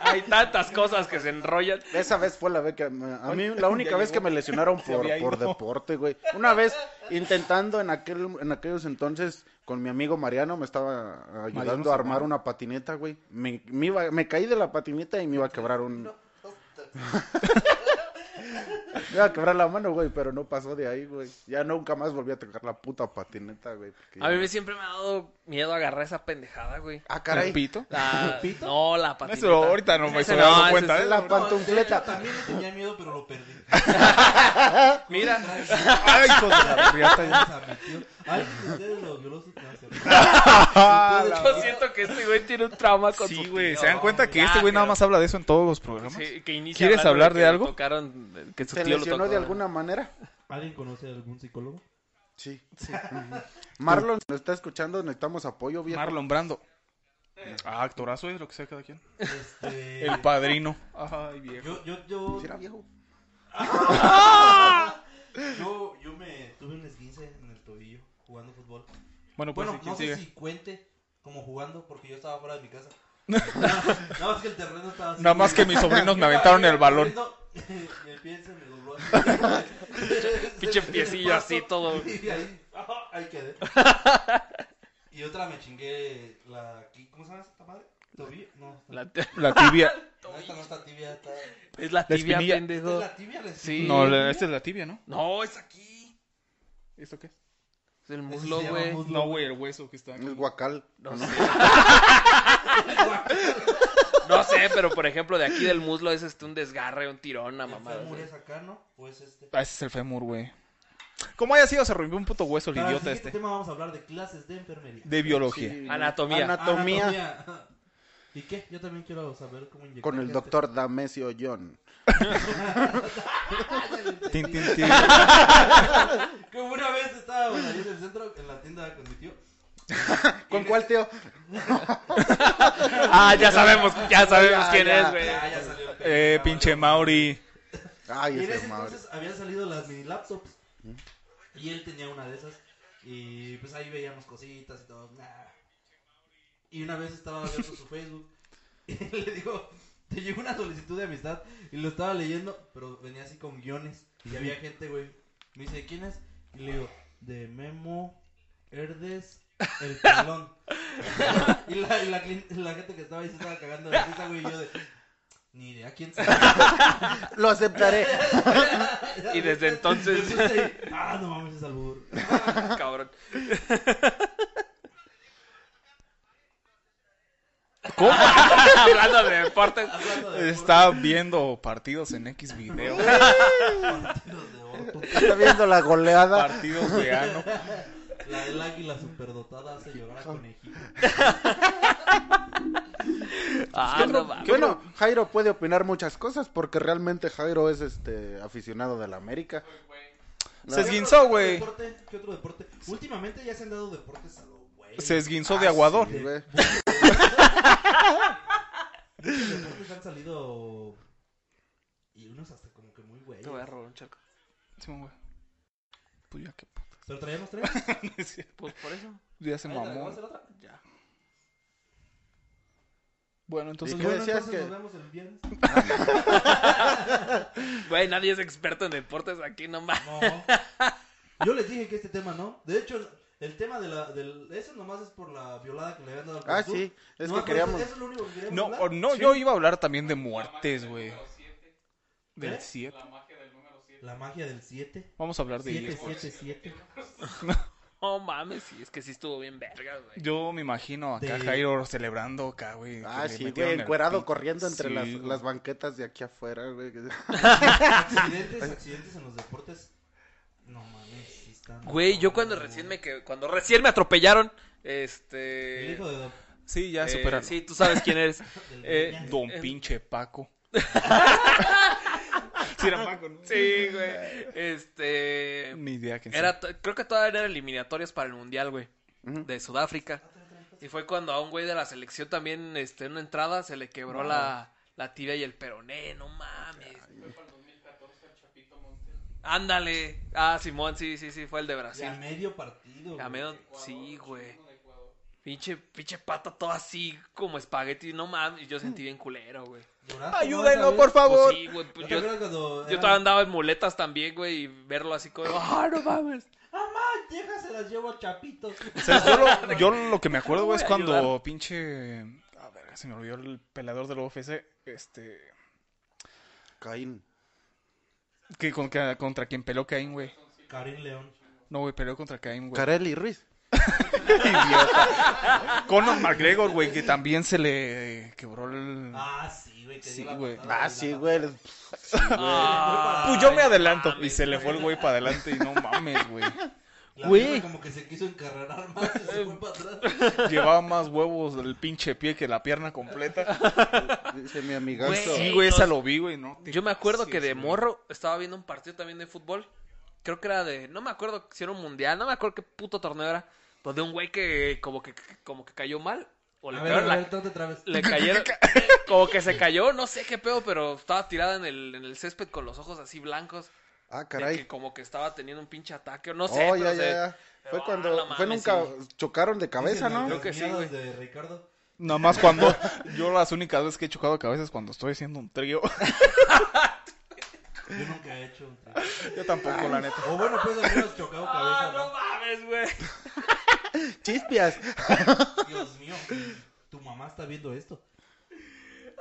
Hay tantas cosas que se enrollan. Esa vez fue la vez que me- a mí la (laughs) única ya vez que llegó. (laughs) me lesionaron por, había por ido. deporte, güey. Una vez intentando en aquel en aquellos entonces con mi amigo Mariano me estaba ayudando Mariano a armar Serrano. una patineta, güey. Me, me iba- me caí de la patineta y me iba a quebrar un (laughs) me iba a quebrar la mano, güey, pero no pasó de ahí, güey. Ya nunca más volví a tocar la puta patineta, güey. porque ya- A mí me siempre me ha dado miedo agarrar esa pendejada, güey. Ah, caray. ¿Pito? La... ¿Pito? No, la patineta. Eso ahorita no me Ese estoy dando ese cuenta, es ¿eh? la No, pantufleta. de hecho, también le tenía miedo, pero (laughs) lo perdí. Mira, Ay, hijo de la riata, ya. (laughs) Gracias a mi tío. Alguien de ustedes lo violó su cáncer. Ah, yo siento que este güey tiene un trauma con Sí, su güey, tío. se dan cuenta que Ya, este güey nada pero- más habla de eso en todos los programas. Sí, que inicia ¿Quieres hablando hablar de que algo? Tocaron, que su ¿Se tío lo lesionó tocó, de ¿no? alguna manera? ¿Alguien conoce a algún psicólogo? Sí. Marlon nos está escuchando, necesitamos apoyo, viejo. Marlon Brando. Ah, actorazo es lo que sea cada quien. Este, El padrino. Ay, viejo. yo, yo, yo, Sí, era viejo. yo, yo me tuve un esguince en el tobillo jugando fútbol. Bueno, pues Bueno, sí, ¿quién no sigue? sé si cuente como jugando porque yo estaba fuera de mi (laughs) casa. (laughs) Nada más que el terreno estaba así. Nada más que mis (laughs) sobrinos me aventaron el balón. Y el pie se me dobló. (laughs) así. Pinche Se me piecillo pasó. así, todo. (laughs) Y ahí, ah, ahí quedé. Y otra me chingué la... aquí- ¿Cómo se llama esta madre? ¿Tobillo? No, esta- La- La tibia. no, esta no está tibia. Está... (laughs) es la La tibia, espinilla. ¿Esta es pendejo. la tibia? La Sí. No, la- esta es la tibia, ¿no? No, es aquí. ¿Esto qué? Es el Eso se muslo, llama güey. muslo. No, güey, el hueso que está. Es guacal. No sé. no sé, pero por ejemplo, de aquí del muslo es este un desgarre, un tirón, una El mamada. fémur güey. es acá, ¿no? Pues este... Ah, ese es el fémur, güey. Como haya sido, se rompió un puto hueso el Para el idiota siguiente este. tema vamos a hablar de clases de enfermería. De biología. Sí. Anatomía. Anatomía. Ah, Anatomía. (laughs) ¿Y qué? Yo también quiero saber cómo inyectar. Con el gente. doctor Damesio John. Tin, tin, tin. Como una vez estaba bueno, ahí en el centro, en la tienda con mi tío. ¿Con cuál tío? Ah, ya sabemos, ya sabemos Ya, quién ya. es, güey. (laughs) Ah, ya salió el Eh, pinche Mauri. Ay, Y en ese ese madre. entonces habían salido las mini laptops. Y él tenía una de esas. Y pues ahí veíamos cositas y todo. nah. Y una vez estaba viendo su Facebook. (laughs) Y le digo, te llegó una solicitud de amistad. Y lo estaba leyendo, pero venía así con guiones. Y había gente, güey. Me dice, ¿quién es? Y le digo, de Memo Herdes. El (laughs) pelón. y la, y la, clin- la gente que estaba ahí se estaba cagando de risa, güey. Y yo de, Ni idea quién sabe. Lo aceptaré. Y desde entonces- Desde- ah, no mames, es albur. Cabrón. (laughs) ¿Cómo? (laughs) Hablando de deportes. Hablando de Está viendo partidos en X video, partidos de orto. Está viendo la goleada. partidos de ano. La del águila superdotada hace llorar a conejito. Ah, no mames. Bueno, Jairo puede opinar muchas cosas porque realmente Jairo es este aficionado de la América. Se esguinzó, ¿Qué güey. otro deporte? ¿Qué otro deporte? Últimamente ya se han dado deportes a lo güey. Se esguinzó de Ah, aguador. sí, güey. Muchos deportes han salido. Y unos hasta como que muy güey. Te voy a robar un charco. Sí, güey. Pues ya que ¿Pero traíamos tres? Pues por eso. Ya se Ahí la- ¿vamos a mamó. hacer otra? Ya. Bueno, entonces. ¿Y qué Bueno, decías entonces que- nos vemos el viernes. Güey, nadie es experto en deportes aquí, no mames. No. Yo les dije que este tema no. De hecho, el tema de la. Del, eso nomás es por la violada que le habían dado al Ah, Cruz sí. Azul. Es Nomás que por queríamos. Eso, eso es lo único que queríamos No, hablar. o no, yo iba a hablar también de muertes, güey. Del ¿Eh? 7. La magia del 7. Vamos a hablar de eSports. 777. (laughs) No mames, sí, es que sí estuvo bien verga, güey. Yo me imagino acá De- Jairo celebrando acá, güey. Ah, que le sí, metieron güey, el encuerado pito. corriendo entre Sí, las, güey. las banquetas de aquí afuera, güey. accidentes, accidentes en los deportes. No mames, sí están. Güey, yo cuando recién me que cuando recién me atropellaron, este El hijo de Don. Sí, ya eh, superaron. Sí, tú sabes quién eres. del Eh, Peña. Don Eh, pinche Paco. sí, era Paco, ¿no? (laughs) Sí, güey. Este Ni idea quién era to- creo que todavía eran eliminatorias para el Mundial, güey, de Sudáfrica. Y fue cuando a un güey de la selección también este en una entrada se le quebró la la tibia y el peroné, no mames. Ándale. Ah, Simón, sí, sí, sí, fue el de Y Brasil. a medio partido. A güey. medio- sí, güey. Pinche, pinche pata todo así como espagueti, no mames, y yo sentí bien culero, güey. Lloraste, ¿no? Ayúdenlo, Esa por vez. favor. Pues sí, güey, pues ¿No te yo, acuerdas cuando yo eran- todavía andaba en muletas también, güey, y verlo así como, ah, no mames. Mamá, deja, se las llevo (laughs) a Chapito. ¿Sabes? Yo, lo, yo lo que me acuerdo, güey, es Voy a cuando ayudar. pinche. A ver, se me olvidó el pelador del UFC. Este. Caín. Que contra, contra quien peleó Caín, güey. Karim León. No, güey, peleó contra Caín, güey. Carelli Ruiz. Conor McGregor, güey, que también se le quebró el. Ah, sí, güey. que Sí, dio la güey. patada Ah, de la- sí, güey. Ah, Pues yo me no adelanto. Y mames, se le fue el güey para adelante y no mames, güey. la Güey. pierna Como que se quiso encarrerar más. y se fue para (laughs) atrás. Llevaba más huevos el pinche pie que la pierna completa. Dice mi amigazo. Güey. Sí, güey, esa lo vi, güey, ¿no? te- Yo me acuerdo sí, que de sí. morro estaba viendo un partido también de fútbol. Creo que era de, no me acuerdo si era un mundial, no me acuerdo qué puto torneo era. Donde un güey que como que, como que cayó mal. O le A ver, pegaron la a ver, trate otra vez. (laughs) Le cayeron. eh, como que se cayó, no sé qué pedo, pero estaba tirada en el, en el césped con los ojos así blancos. Ah, de caray. que como que estaba teniendo un pinche ataque, o no sé. oh, pero ya, se- ya, ya. pero, Fue ah, cuando. no fue mames, nunca. sí. Chocaron de cabeza, Dicen ¿no? las Creo que sí, mierdas güey. de Ricardo. Nada más cuando. Yo las únicas veces que he chocado cabezas es cuando estoy haciendo un trío. (laughs) Yo nunca he hecho un trío. Yo tampoco, la neta. O bueno, pues al menos chocado Ah, cabeza. no ¿no? mames, güey. Chispias. Pues Dios mío, tu mamá está viendo esto.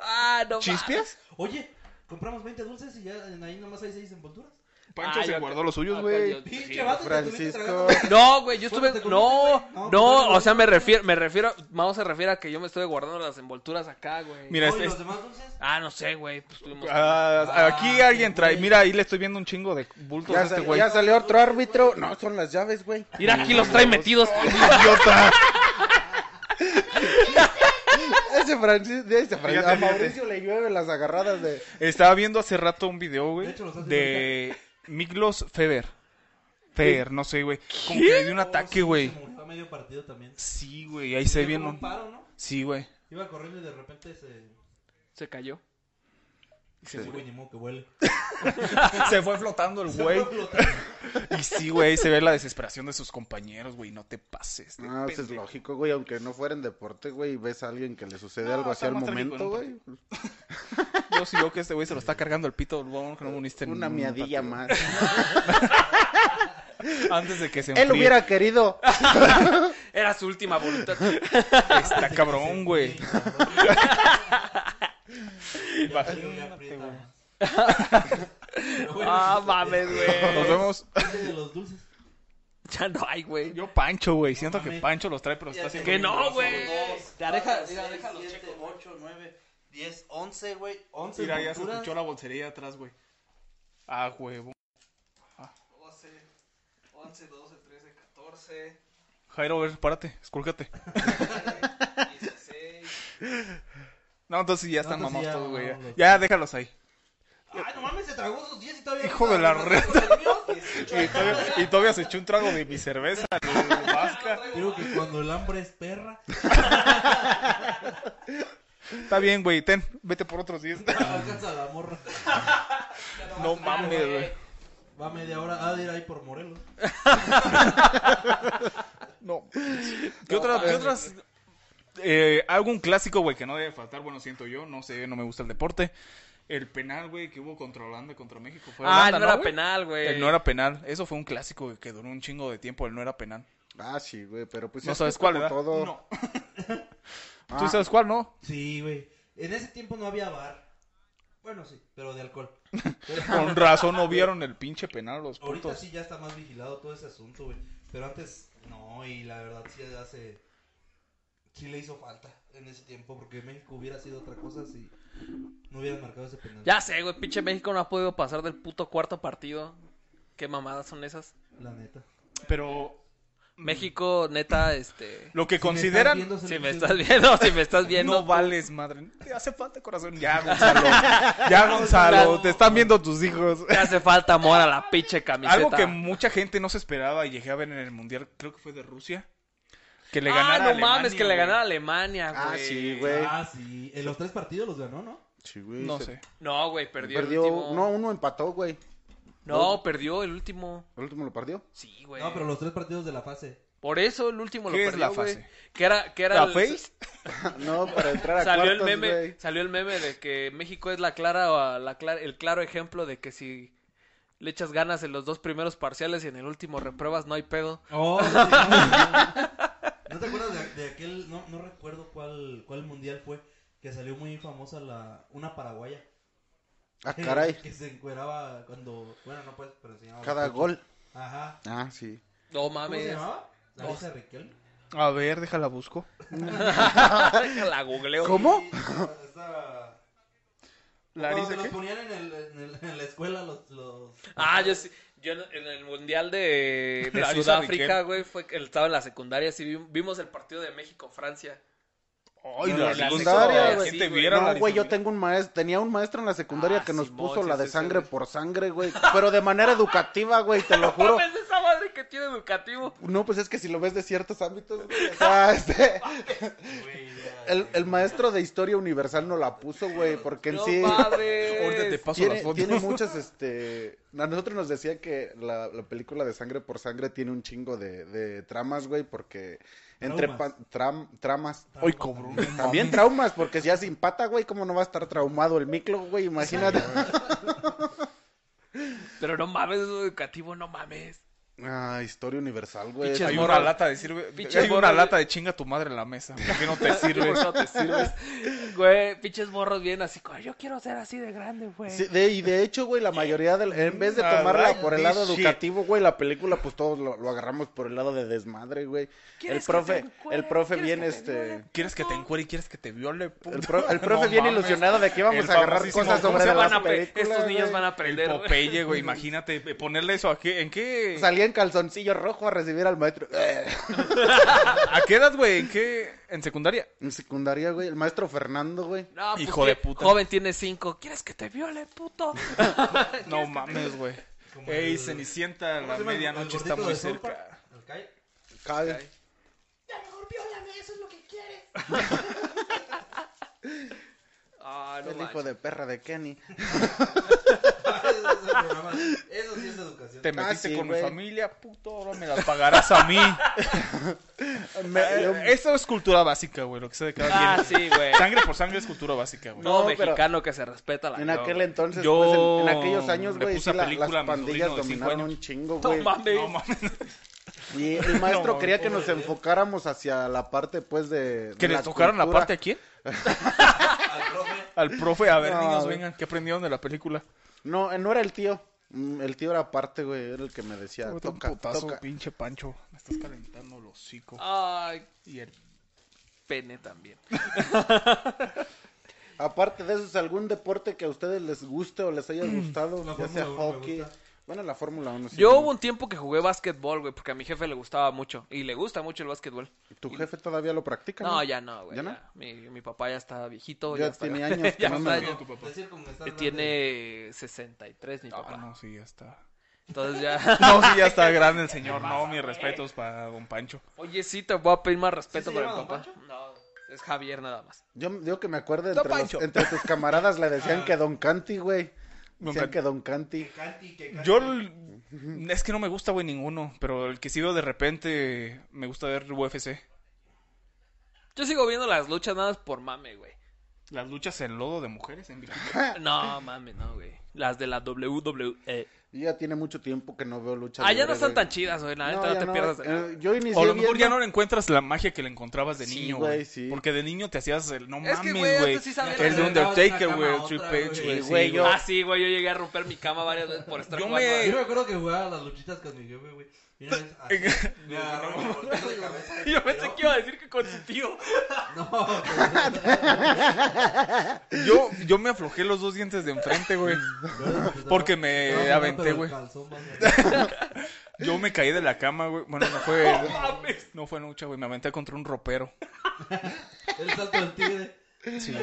Ah, no ¿Chispias? Oye, compramos 20 dulces y ya en ahí nomás hay 6 envolturas. Pancho Ah, se yo- guardó los suyos, Ah, güey. yo- sí. Pinche vato, te estuviste Francisco. tragando- No, güey, yo Bueno, estuve. te No, comiste, güey. No, no, pues, o sea, me refiero, me refiero. Vamos se refiere a que yo me estuve guardando las envolturas acá, güey. Mira, No, ¿y este. los demás dulces? Ah, no sé, güey. Pues tuvimos. Ah, aquí Ah, alguien trae. güey. Mira, ahí le estoy viendo un chingo de bultos a Ya, este sal- güey. ya salió otro árbitro. No, son las llaves, güey. (laughs) Mira, aquí los trae metidos. Idiota. Ese Francis. de Ese Francis. Fíjate, A Mauricio le llueve las agarradas de. Estaba viendo hace rato un video, güey, De hecho, los hace de Miklos Feber. Feber, no sé, güey. Como que le dio un Oh, sí, ataque, güey. Se murió a medio partido también. Sí, güey, ahí se Fue vieron. como un paro, ¿no? Sí, güey. Iba corriendo y de repente se. Se cayó. Se güey, ni modo que huele. Se fue flotando el (laughs) Se güey. fue flotando. Y sí, güey, se ve la desesperación de sus compañeros, güey. No te pases. de No, eso es pendejo. lógico, güey. Aunque no fuera en deporte, güey, ves a alguien que le sucede No, algo así está al más trágico en momento, un güey. Yo sí veo que este güey se lo está cargando el pito. Vamos, que no me uniste (laughs) en Una un miadilla partido. más. Antes de que se enfríe. Él hubiera querido. Era su última voluntad. (laughs) Está cabrón, güey. Sí, cabrón. Imagínate, güey. Ah, mames, Nos güey. vemos. pues, eh, de los dulces. Ya no hay, güey. Yo Pancho, güey. Siento que mames. Pancho los trae, pero está haciendo... Que no, güey. Ya deja, mira, deja los checos. 8, 9, 10, 11, güey. 11 Mira, ya se culturas. escuchó la bolsería atrás, güey. Ah, huevo. Ah. 12, 11, 12, 13, 14, Jairo, a ver, párate, escúlcate. 16. No, entonces ya están No, entonces mamados ya todos, güey. Ya. mamados. Ya, déjalos ahí. Ay, no mames, se tragó sus 10 y todavía. Hijo de la red. (laughs) Y todavía, y todavía se echó un trago de mi cerveza, de vasca. Digo que cuando el hambre es perra. Está bien, güey, ten, vete por otros 10. Alcanza la morra. No mames, güey. Va media hora. Ah, de ir ahí por Morelos. No. ¿Qué, otra- qué otras? Eh, algún clásico, güey, que no debe faltar. Bueno, siento yo, no sé, no me gusta el deporte. El penal, güey, que hubo contra Holanda, contra México. Fue Ah, Holanda, no era güey? penal, güey. El no era penal. Eso fue un clásico güey, que duró un chingo de tiempo. El no era penal. Ah, sí, güey, pero pues... No es que sabes cuál, como ¿verdad? todo- No. Ah, ¿Tú sabes cuál, no? Sí, güey. En ese tiempo no había bar. Bueno, sí, pero de (laughs) alcohol. Pero Con razón (laughs) no vieron el pinche penal los ahorita putos. sí ya está más vigilado todo ese asunto, güey. Pero antes no, y la verdad sí hace. Sí le hizo falta en ese tiempo, porque México hubiera sido otra cosa si no hubieran marcado ese penal. Ya sé, güey, pinche México no ha podido pasar del puto cuarto partido. Qué mamadas son esas. La neta. Pero Mm. México, neta, este... lo que consideran... Si me estás viendo, si me estás viendo... (laughs) No vales, madre. Te hace falta corazón. Ya, Gonzalo. (laughs) ya, Gonzalo. Te están viendo tus hijos. Te hace falta amor a la pinche camiseta. Algo que mucha gente no se esperaba y llegué a ver en el Mundial, creo que fue de Rusia. Que le ganara ah, no a Alemania, mames, que le güey. ganara a Alemania, güey. Ah, sí, güey. Ah, sí. En los tres partidos los ganó, ¿no? Sí, güey. No se- sé. No, güey, perdió, Perdió... el último. No, uno empató, güey. No, perdió el último. ¿El último lo perdió? Sí, güey. No, pero los tres partidos de la fase. Por eso el último lo ¿Qué es perdió, la güey. fase? Que era, que era ¿La el- face? (laughs) No, para entrar a salió cuartos, el meme, güey. salió el meme de que México es la clara, la clara- el claro ejemplo de que si le echas ganas en los dos primeros parciales y en el último repruebas no hay pedo. (laughs) Oh, sí, no, no. ¿No te acuerdas de, de aquel? No, no recuerdo cuál, cuál mundial fue. Que salió muy famosa la, una paraguaya. (laughs) Ah, caray. Que se encueraba cuando. Bueno, no pues, pero enseñaba. Cada los pechos. gol. Ajá. Ah, sí. No ¿Cómo se mames. llamaba? La Dos. Lisa Riquel. A ver, déjala busco. (laughs) la googleo. ¿Cómo? Sí, esa- esa- Cuando se Larisa, los ¿qué? ponían en, el, en, el- en la escuela los. los... Ah, yo sí. Yo en en el Mundial (laughs) de, de La Lisa Sudáfrica, Riquel. güey, fue que estaba en la secundaria, sí, vi- vimos el partido de México-Francia. Ay, No, la en la secundaria, secundaria, güey. sí, ¿Quién te güey. viera, No, Larisa, güey, yo tengo un maestro, tenía un maestro en la secundaria Ah, que nos Simón, puso sí, la de sí, sangre sí. por sangre, güey, pero de manera educativa, güey, te lo juro. mames, esa madre que tiene educativo. No, pues es que si lo ves de ciertos ámbitos, güey, o sea, este, Güey, ya, el, güey. el maestro de historia universal no la puso, güey, porque en No sí mames. Ahorita te paso las tiene, fotos. (laughs) tiene muchas, este, a nosotros nos decía que la, la película de sangre por sangre tiene un chingo de, de tramas, güey, porque entre Traumas. pa- tram- tramas, Ay, cobrón. También traumas, porque ya sin pata, güey, ¿cómo no va a estar traumado el micro, güey? Imagínate. Pero no mames, eso educativo, no mames. Ah, historia universal, güey. Pinches Ay, Hay morra- una lata de sirve. Pinches Hay una morra- lata de chinga tu madre en la mesa. ¿Por qué no te sirve? no te sirves? (laughs) Güey, pinches morros bien así, como, yo quiero ser así de grande, güey. sí, de- y de hecho, güey, la mayoría del, en vez de Ah, tomarla right, por el lado this shit. educativo, güey, la película, pues todos lo, lo agarramos por el lado de desmadre, güey. El ¿Quieres que profe, te encuere? el profe ¿Quieres bien, que te este. viole? ¿Quieres que te encuere y quieres que te viole? puto? El, pro- (laughs) el profe No bien mames. ilusionado de que íbamos El a agarrar famosísimo- cosas ¿cómo sobre se las llama? van a apre- películas, estos niños güey. van a El aprender. güey. Popeye, güey. Imagínate, eh, ponerle eso a qué, ¿en qué? Salía en calzoncillo rojo a recibir al maestro. eh, ¿A qué edad, güey? ¿En qué? ¿En secundaria? En secundaria, güey, el maestro Fernando, güey. No, pues, Hijo de ¿qué? puta. Joven tiene cinco. ¿Quieres que te viole, (laughs) puto? No mames, güey. Como Ey, el- Cenicienta, ¿Cómo la se llama el- medianoche el está gordito muy de South Park? cerca. ¿El Kai? (laughs) Cabe. Ah, no el hijo Ah, manches. de perra (laughs) de Kenny. Eso es el programa. Eso sí es educación. Te Ah, metiste sí, con güey. mi familia, puto, ahora me la pagarás (laughs) a mí. Me- yo- Eh, Eso es cultura básica, güey, lo que se de cada Ah, quien. sí, güey. Sangre por sangre es cultura básica, güey. Todo No, pero- mexicano que se respeta la En no, aquel güey. entonces, Yo pues, en, en aquellos años, le güey, puse sí, la la- película las a mi pandillas sobrino de cinco dominaron años. un chingo, No güey. mames. No mames. Y el maestro No, quería que nos pobre. enfocáramos hacia la parte, pues, de... de ¿Que le tocaron la cultura. parte a quién? Al profe. (laughs) al profe. A ver, No, niños, güey. vengan, ¿qué aprendieron de la película? No, eh, no era el tío. Mm, El tío era aparte, güey. Era el que me decía, Puta, un toca, putazo, toca. pinche Pancho. Me estás calentando el hocico. Ay, Y el- pene (laughs) también. Aparte de eso, ¿es algún deporte que a ustedes les guste o les (clears throat) haya gustado? La ya sea Fórmula uno me hockey. gusta. Bueno, la Fórmula 1. sí, Yo ¿no? hubo un tiempo que jugué básquetbol, güey, porque a mi jefe le gustaba mucho. Y le gusta mucho el básquetbol. ¿Tu jefe todavía lo practica? No, ya no, güey. ¿Ya ¿Ya no? Mi, mi papá ya está viejito. Ya está- tiene años que (laughs) ya no está- me- Tu papá. Decir como estás que grande. tiene 63, mi Ah, papá. no, sí, ya está. Entonces (laughs) ya. (laughs) No, sí, ya está grande el señor. No, eh. mis respetos para don Pancho. Oye, sí, te voy a pedir más respeto se por el llama don papá. Pancho? No, es Javier nada más. Yo digo que me acuerdo Don entre, los- Pancho. entre tus camaradas le Ah. decían que Don Canti, güey. Don Decían Canti. que Don Canti. Que Canti, que Canti. Yo l- es que no me gusta, güey, ninguno. Pero el que sí veo de repente, me gusta ver UFC. Yo sigo viendo las luchas nada más por mame, güey. Las luchas en lodo de mujeres en bikini. No, mame, no, güey. Las de la WWE. Yo ya tiene mucho tiempo que no veo lucha. Ah, ya no libre, están güey. tan chidas, güey. La neta, No, no, ya te no, pierdas de eh, nada. yo inicié O a lo mejor ya viendo- no le encuentras la magia que le encontrabas de Sí, niño, güey, güey. sí. Porque de niño te hacías el no Es que, mames, güey, güey. antes sí sabían el de hacer Undertaker, una güey, cama a Triple otra, H, güey. güey. Sí, sí, güey, yo- Ah, sí, güey. Yo llegué a romper mi cama varias veces por estar Yo jugando me- a- Yo me acuerdo que jugaba a las luchitas con mi jefe, güey. Mira, ves, así. Me agarró, me volteó (laughs) la cabeza. (laughs) Yo pensé que iba a decir que con su tío. (laughs) No, Yo, yo me aflojé los dos dientes de enfrente, güey. Porque me aventé, güey. Yo me caí de la cama, güey. Bueno, no fue. No mames. No fue lucha, güey. Me aventé contra un ropero. El salto del tigre. Sí,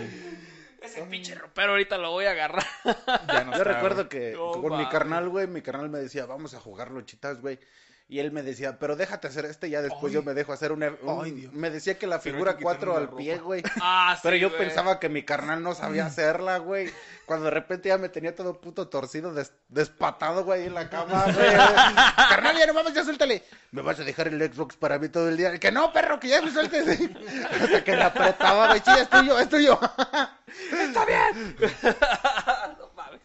Ese pinche ropero ahorita lo voy a agarrar. ya no Yo está, recuerdo güey. que No con mi mames. carnal, güey, mi carnal me decía, vamos a jugar luchitas, güey. Y él me decía, pero déjate hacer este, ya después Ay. yo me dejo hacer una... un- Ay, Dios. me decía que la Pero hay figura que quitarnos 4 la al ropa. pie, güey. Ah, sí, Pero yo güey. (laughs) Mm. pensaba que mi carnal no sabía hacerla, güey. Cuando de repente ya me tenía todo puto torcido, des- despatado, güey, en (laughs) la cama, güey. carnal, ya no mames, ya suéltale. Me vas a dejar el Xbox para mí todo el día. Que no, perro, que ya me sueltes. (laughs) Hasta que la apretaba, güey. Sí, es tuyo, es tuyo. Ah, No mames.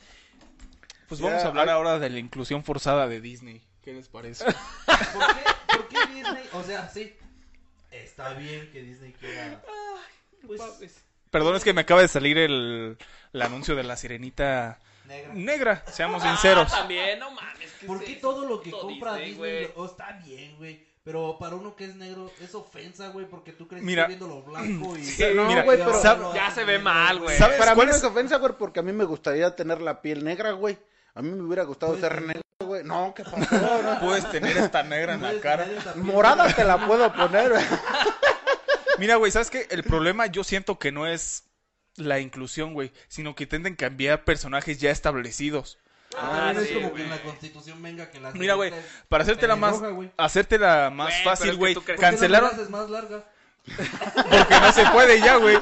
Pues Ya, vamos a hablar ay. ahora de la inclusión forzada de Disney. ¿Qué les parece? ¿Por qué, ¿Por qué Disney? O sea, sí. Está bien que Disney quiera. Pues, mames. Perdón, es que me acaba de salir el, el anuncio de la sirenita negra. negra, seamos sinceros. Ah, también, no mames. ¿qué ¿Por es qué eso? todo lo que Puto compra Disney, güey? lo- oh, está bien, güey? Pero para uno que es negro es ofensa, güey, porque tú crees Mira. que viendo lo blanco (clears throat) y... Sí, no, güey, pero- Ya se ve mal, güey. ¿Sabes Para mí cuál no es? es ofensa, güey, porque a mí me gustaría tener la piel negra, güey. A mí me hubiera gustado Pues, ser negro, güey. No, (laughs) ¿qué pasó? No puedes tener esta negra en la cara. Morada te la puedo poner, güey. Mira, güey, ¿sabes qué? El problema yo siento que no es la inclusión, güey, sino que intenten cambiar personajes ya establecidos. Ah, Ah, no es sí, como güey. que en la constitución venga que la... Mira, güey, para hacértela más, Pelirroja, güey. hacértela más Güey, pero es fácil, que güey, tú crees- ¿Por qué cancelaron Es más larga. porque no se puede ya, güey.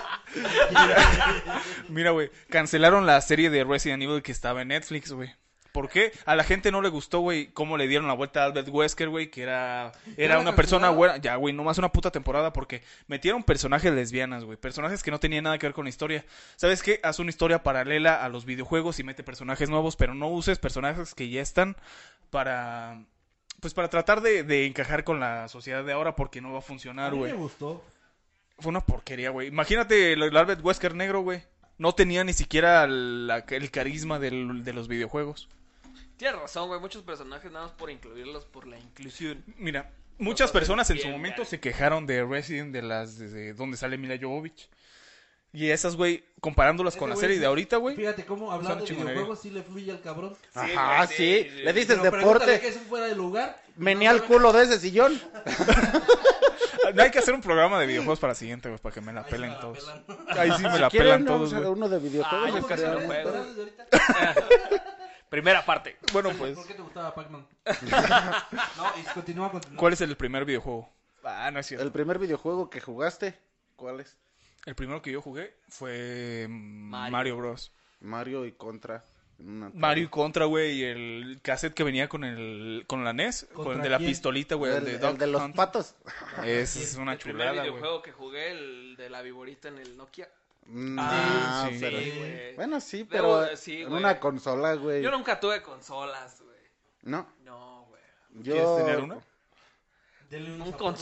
Mira, güey, cancelaron la serie de Resident Evil que estaba en Netflix, güey. ¿Por qué? A la gente no le gustó, güey, cómo le dieron la vuelta a Albert Wesker, güey, que era, era la una persona cancelaron? buena. Ya, güey, nomás una puta temporada porque metieron personajes lesbianas, güey. Personajes que no tenían nada que ver con la historia. ¿Sabes qué? Haz una historia paralela a los videojuegos y mete personajes nuevos, pero no uses personajes que ya están para... Pues para tratar de, de encajar con la sociedad de ahora porque no va a A funcionar, mí Ah, güey. me gustó. Fue una porquería, güey. Imagínate el, el Albert Wesker negro, güey. No tenía ni siquiera la- el carisma del- de los videojuegos. Tienes razón, güey. Muchos personajes nada más por incluirlos por la inclusión. Mira, muchas personas en su Bien, momento ya. se quejaron de Resident, de las de, de donde sale Mila Jovovich. Y esas, güey, comparándolas con Ese la güey serie sí- de ahorita, güey. Fíjate cómo hablando de chingonería. videojuegos sí le fluye al cabrón. (laughs) Ajá, güey, sí. sí, sí. Le dices Pero pregúntale que deporte. es un fuera de lugar. Venía al culo de ese sillón. (laughs) Hay que hacer un programa de videojuegos para la siguiente, güey, para que me la Ahí se pelen la todos. pelan. (laughs) Ahí sí me la ¿Quieren pelan uno, todos, güey. uno de videojuegos? Ay, Yo ¿Por qué creo, creo, no güey. güey. esperas desde ahorita? (laughs) Primera parte. Bueno, (laughs) pues, ¿Por qué te (laughs) gustaba Pac-Man? No, y continúa, continúa. ¿cuál es el primer videojuego? Ah, no es cierto. El primer videojuego que jugaste, ¿cuál es? El primero que yo jugué fue mm, Mario. Mario Bros. Mario y Contra. en una tabla. Mario y Contra, güey, y el cassette que venía con el con la NES, con el ¿Contra de la quién? pistolita, güey, el, El, de el Duck de los Hunt. patos. Esa es una el primer chulada, güey. videojuego que jugué, el de la viborita en el Nokia. Ah, sí. eh, pero- Sí, güey. Bueno, sí, Debo pero de- sí, en güey. una consola, güey. Yo nunca tuve consolas, güey. No, No, güey. yo... ¿Quieres tener (laughs) (laughs) una? Denle unos Un aplausos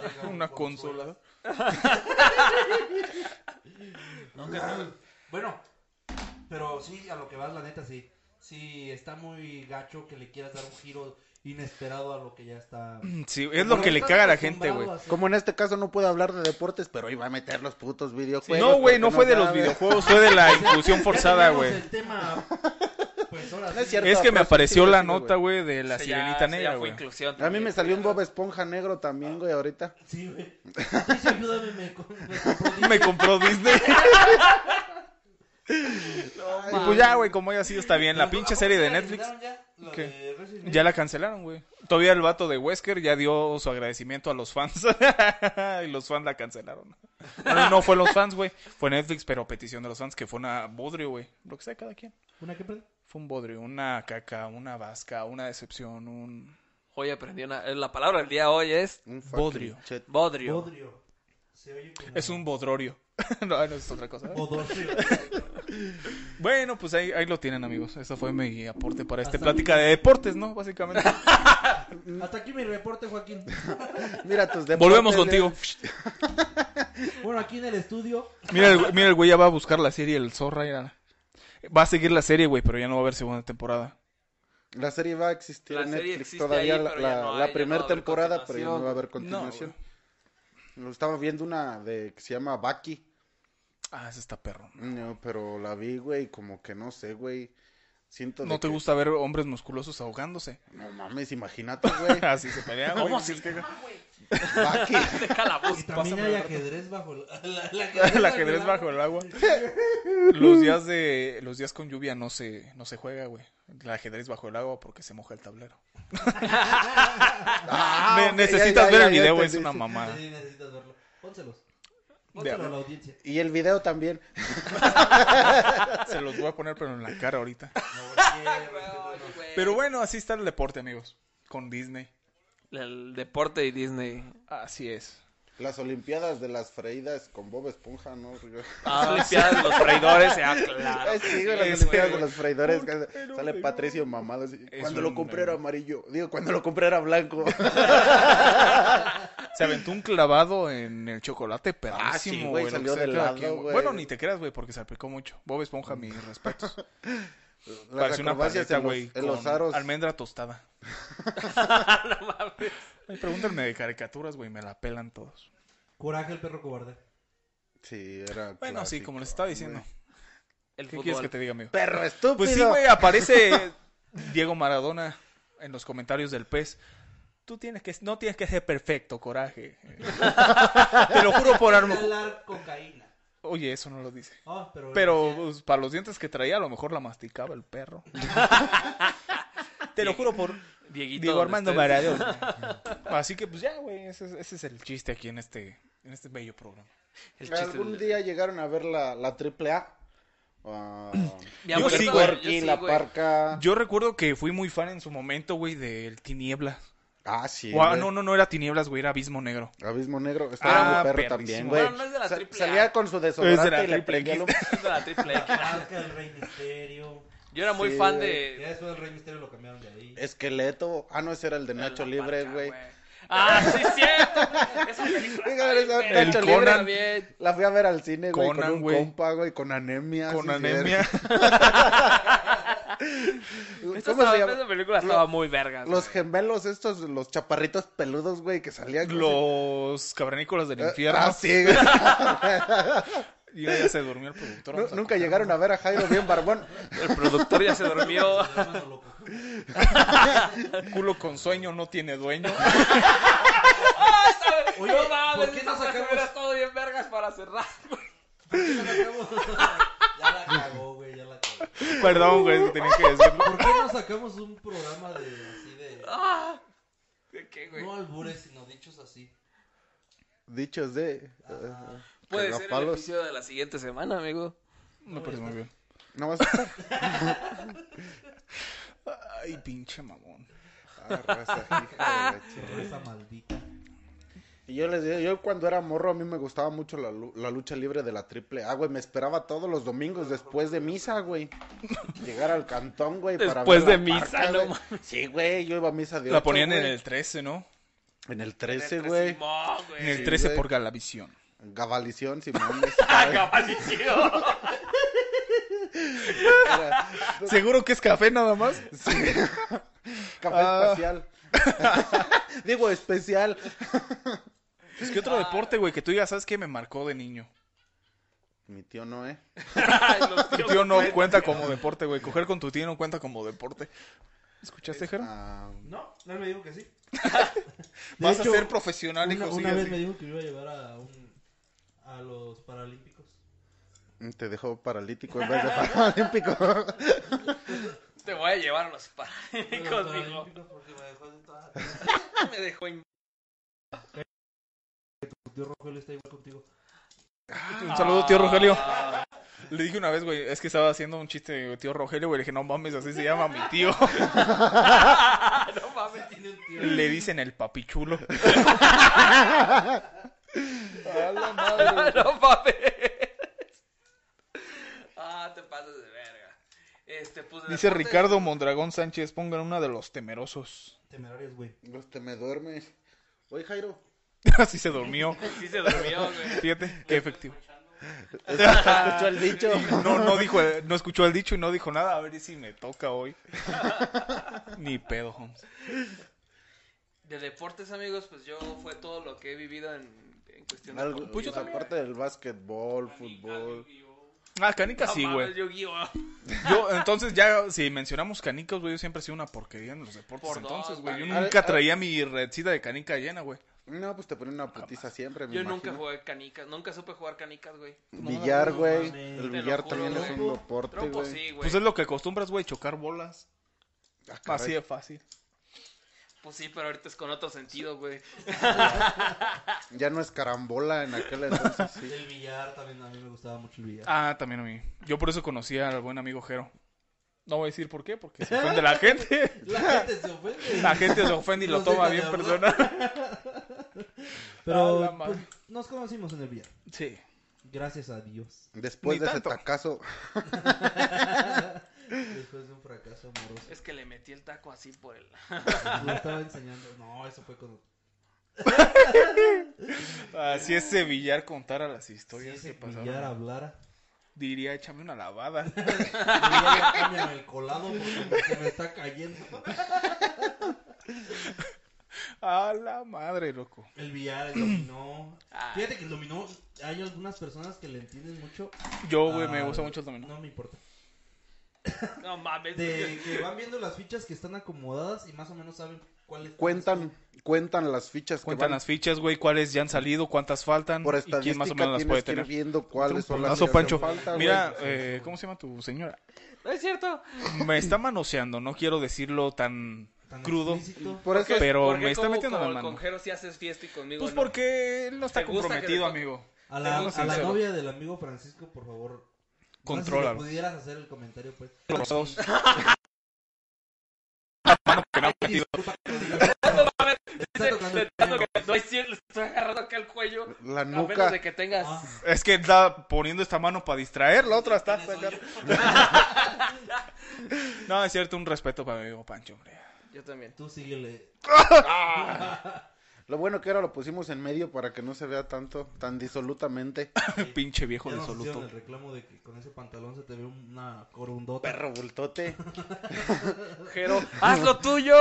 (laughs) para que tenga Una consola. consola. No, carnal. Bueno, pero sí, a lo que vas, la neta, sí. Sí, está muy gacho que le quieras dar un giro inesperado a lo que ya está. Sí, es lo que le caga a la gente, güey. Como en este caso no puede hablar de deportes, pero iba a meter los putos videojuegos. No, güey, no porque fue de los sabe. videojuegos, fue de la inclusión forzada, güey. El tema. Pues ahora No es sí. cierto. Es que me pero sí, apareció sí, la sí, nota, güey, de la Ese ya- sirenita ese ya negra, fue güey. inclusión A mí también. me salió un Bob Esponja negro también, güey, ahorita. Sí, güey. Please, ayúdame, me con- me (laughs) comprometí. Me compró Disney. Ay, Y pues ya, güey, como haya sido, está bien. La Pero, ¿a pinche poco serie de ya la Netflix eliminaron Ya, La ¿Qué? de Resident Evil. ya la cancelaron, güey. Todavía el vato de Wesker ya dio su agradecimiento a los fans. (laughs) y los fans la cancelaron. Bueno, no fue los fans, güey. Fue Netflix, pero a petición de los fans, que fue una bodrio, güey. Lo que sea cada quien. ¿Una que perdí? Fue un bodrio, una caca, una vasca, una decepción, un... Hoy aprendí una. eh, La palabra del día hoy es un fucking Bodrio. chet. bodrio. (laughs) Bodrio. Se oye como- Es un bodrorio. (laughs) no, no es otra cosa. ¿eh? Bodorrio. Bueno, pues ahí, ahí lo tienen, amigos. Eso fue mi aporte para esta Hasta plática de deportes, ¿no? Básicamente. Hasta aquí mi reporte, Joaquín. Mira tus deportes. Volvemos contigo. Leo. Bueno, aquí en el estudio. Mira, el, güey- mira, el güey ya va a buscar la serie, el Zorra. ya. Va a seguir la serie, güey, pero ya no va a haber segunda temporada. La serie va a existir La en serie Netflix existe todavía ahí, la, pero ya la- no hay- la ya no primera va a haber temporada, pero ya no va a haber continuación. No, continuación. Lo estaba viendo una de que se llama Baki, Ah, ese está perro. no, pero la vi, güey, como que no sé, güey. Siento de ¿No te que- gusta ver hombres musculosos (laughs) ahogándose? (laughs) No mames, imagínate, güey. Así se pelea, güey. Baki. Deja la voz, Y también Pásame hay el ajedrez bajo el (laughs) la- (laughs) la El ajedrez bajo el (laughs) agua. Los días de los días con lluvia no se no se juega, güey. El ajedrez bajo el agua porque se moja el tablero. (laughs) Ah, Ne- ok, ya, necesitas ya, ver ya, el ya video, es entendí, una sí. mamada. Sí, necesitas verlo. Pónselos. Pónselo a la (laughs) audiencia. Y el video también. Se los voy a poner pero en la cara (laughs) ahorita. güey. Pero bueno, así está el deporte, amigos, con Disney. El deporte y Disney. Así es. Las Olimpiadas de las Freídas con Bob Esponja, ¿no? (laughs) Ah, Olimpiadas de los traidores, sea claro. Ay, sí, güey, las Es Olimpiadas que- de los Freidores. que pero, Sale pero- Patricio mamado. así, Es Cuando lo un- compré era amarillo. Digo, cuando lo compré (laughs) era blanco. Se aventó un clavado en el chocolate, perrísimo, Ah, sí, güey, lo que salió sea de cada lado, quien, güey. güey. Bueno, ni te creas, güey, porque salpicó mucho. Bob Esponja, mis respetos. Las Parece una acrobacias paleta, en los, güey, en los con aros. almendra (laughs) tostada. Ay, Pregúntame de caricaturas, güey, me la pelan todos. Coraje el perro cobarde. Sí, era Bueno, sí, clásico, como les estaba diciendo. güey. El ¿Qué quieres que fútbol. te diga, amigo? Perro estúpido. Pues sí, güey, (laughs) aparece Diego Maradona en los comentarios del pez. Tú tienes que, no tienes que ser perfecto, (laughs) coraje. te lo juro por armo. Inhalar cocaína. Oye, eso no lo dice. Ah, pero. Pero pues, para los dientes que traía, a lo mejor la masticaba el perro. (laughs) Te lo juro por Dieguito, Diego Armando ¿dónde estés? Maradona. (laughs) Así que, pues ya, güey, ese, es- ese es el chiste aquí en este, en este bello programa. El chiste. Algún del- día llegaron a ver la, la triple A. (clears throat) Ah, Mi abuelito, yo sí, güey, Porky, yo sí, la güey. parca. Yo recuerdo que fui muy fan en su momento, güey, del Tinieblas. Ah, sí. O, ah, güey. no, no, no era Tinieblas, güey, era Abismo Negro. Abismo Negro. Estaba Ah, muy perro perrísimo. también, güey. No, no es de la Sa- triple A. Salía con su Es de la desodorante y le triple prendía X. el Es de la triple La X. marca del Rey Misterio. Yo era muy Sí, fan güey. de. Ya después del Rey Misterio lo cambiaron de ahí. esqueleto. Ah, no, ese era el de de Nacho la Libre, parca, güey. Ah, sí, es cierto. güey. Esa película Oiga, esa- está El Nacho Conan. Libre. bien. La fui a ver al cine, güey, con Conan, un güey. compa, güey, con anemia. Con Ah, sí, anemia. Esa, cierto. (laughs) ¿Cómo se estaba- llama? esa película estaba muy verga. Los gemelos estos, los chaparritos peludos, güey, que salían. (laughs) Los cavernícolas del Eh, infierno. Ah, sí, güey. (laughs) Y ya se durmió el productor. Nu- vamos a Nunca cortar. llegaron a ver a Jairo bien barbón. El productor ya se (laughs) durmió. Se llama Soloco. Culo con sueño no tiene dueño. (laughs) Oye, Ah, no mames, ¿por qué esa no frase sacamos- hubiera estado bien vergas para cerrar, (laughs) güey. Ya (laughs) la cagó, güey, ya la cagó. Perdón, güey, es que tenía que decirlo. ¿Por qué no sacamos un programa de así de. Ah, ¿de qué, güey? No albures, sino dichos así. Dichos de. Ah, Puede ser el cagapalos. episodio de la siguiente semana, amigo. Me parece muy bien. No vas a estar. Ay, pinche mamón. Ah, raza, hija de la chingada. Esa maldita. (laughs) Y yo les digo, yo cuando era morro a mí me gustaba mucho la, lu- la lucha libre de la triple A, güey. Me esperaba todos los domingos después de misa, güey. Llegar al cantón, güey. para Después ver la de misa, no güey. Sí, güey, yo iba a misa de La ocho, ponían en güey. el 13, ¿no? En En el el 13, tres- güey. Simón, (laughs) En el Sí, 13 güey. por Galavisión. Gabalición, Simón. Ah, cabalísimo. Era- Seguro que es café nada más. Café Ah. espacial. Digo, especial. Es que otro Ah. deporte, güey, que tú digas, ¿sabes qué? Me marcó de niño. Mi tío Noé. Los Tu tíos tío no cuentan. cuenta como deporte, güey. Coger con tu tío no cuenta como deporte. ¿Escuchaste, Jero? Ah, No, no me dijo que sí. (laughs) Vas De hecho, a ser profesional, Una, hijo. una sigue vez así. me dijo que iba a llevar a, un, a los Paralímpicos. te dejó paralítico en vez de (laughs) paralímpico. Te voy a llevar a los A los paralímpicos, dijo. porque me dejó de toda- (laughs) Me dejó en... Tu tío Rogelio está igual contigo. Un saludo, tío Rogelio. Le dije una vez, güey, es que estaba haciendo un chiste de tío Rogelio, güey. Le dije, no mames, así se llama mi (laughs) tío. (laughs) no mames, tiene un tío. Le dicen el (laughs) papichulo. (laughs) no mames. Ah, te pasas de verga. Este, pues, de Dice deportes- Ricardo Mondragón Sánchez, pongan una de los temerosos. (laughs) Temerarios, güey. Este me duerme. Oye, Jairo. Así se durmió. Sí se durmió, güey. Fíjate, qué efectivo. Ah, Escuchó el dicho. (laughs) No, no dijo, no escuchó el dicho y no dijo nada. A ver si me toca (laughs) hoy. Ni pedo, Holmes. De deportes, amigos, pues yo fue todo lo que he vivido en, en cuestión de Algo- Pues yo o sea, también. aparte del básquetbol, fútbol. Ah, canicas sí, güey. Yo, entonces, ya, si mencionamos canicas, güey, yo siempre he sido una porquería en los deportes. Por dos, entonces, güey, yo vale. nunca Al- al- traía mi redcita de canica llena, güey. No, pues te ponen una putiza siempre. Me Ah, Yo imagino. nunca jugué canicas, nunca supe jugar canicas, güey. Billar, No, güey. mames. El Te lo billar juro, también es güey. un deporte, Trompo güey. sí, güey. Pues es lo que acostumbras, güey, chocar bolas. Ah, caray. Así de fácil. Pues sí, pero ahorita es con otro sentido, güey. Ya no es carambola en aquel entonces, (laughs) sí. El billar también, a mí me gustaba mucho el billar. Ah, también a mí. Yo por eso conocí al buen amigo Jero. No voy a decir por qué, porque se ofende la gente. (laughs) La gente se (laughs) ofende. La gente se ofende y lo No sé toma de bien hablar. personal. Pero a la madre. pues, nos conocimos en el billar. Sí. Gracias a Dios. Después Ni de ese tanto. tacazo. Después de un fracaso (laughs) amoroso. Es que le metí el taco así por el... (laughs) Lo estaba enseñando. No, eso fue con... Así es Sevillar contar a las Si historias ese que pasaron. billar hablara. Diría, échame una lavada. (laughs) Ya cámbiame el colado porque se me está cayendo. A la madre, loco. El billar, el dominó. Ah. Fíjate que el dominó, hay algunas personas que le entienden mucho. Yo, Oh, güey, me Ah, gusta mucho el dominó. No me importa. No mames. De que van viendo las fichas que están acomodadas y más o menos saben cuáles. Cuentan, cuentan las fichas que Cuentan van- las fichas, güey, cuáles ya han salido, cuántas faltan por y quién estadística más o menos las puede tienes que ir tener. viendo cuáles son las Paso, que Pancho. hacen falta, güey. Mira, eh, ¿cómo se llama tu señora? No es cierto. (laughs) Me está manoseando, no quiero decirlo tan, tan crudo. explícito. por eso pero ¿Por qué me está como metiendo la con- mano. Con Jero si haces fiesta y conmigo Pues no? (laughs) porque él no está ¿Te gusta que comprometido, le toque? amigo. A la, Seamos a la sinceros. novia del amigo Francisco, por favor. no sé Contrólalo. Si le pudieras hacer el comentario, pues. Los dos. (laughs) Está tocando el Te ando piano. que- No es cierto, le estoy agarrando acá el cuello. la A menos nuca. Ah, de que tengas. Ah, (laughs) Es que está poniendo esta mano para distraer, la otra está sacando. (laughs) No, es cierto, un respeto para mi amigo Pancho, hombre. Yo también. tú síguele. Lo bueno que ahora lo pusimos en medio para que no se vea tanto, tan disolutamente. (laughs) Pinche viejo Ya nos hicieron (laughs) disoluto. el reclamo de que con ese pantalón se te ve una corundota. Perro bultote. Jero, (laughs) haz lo tuyo.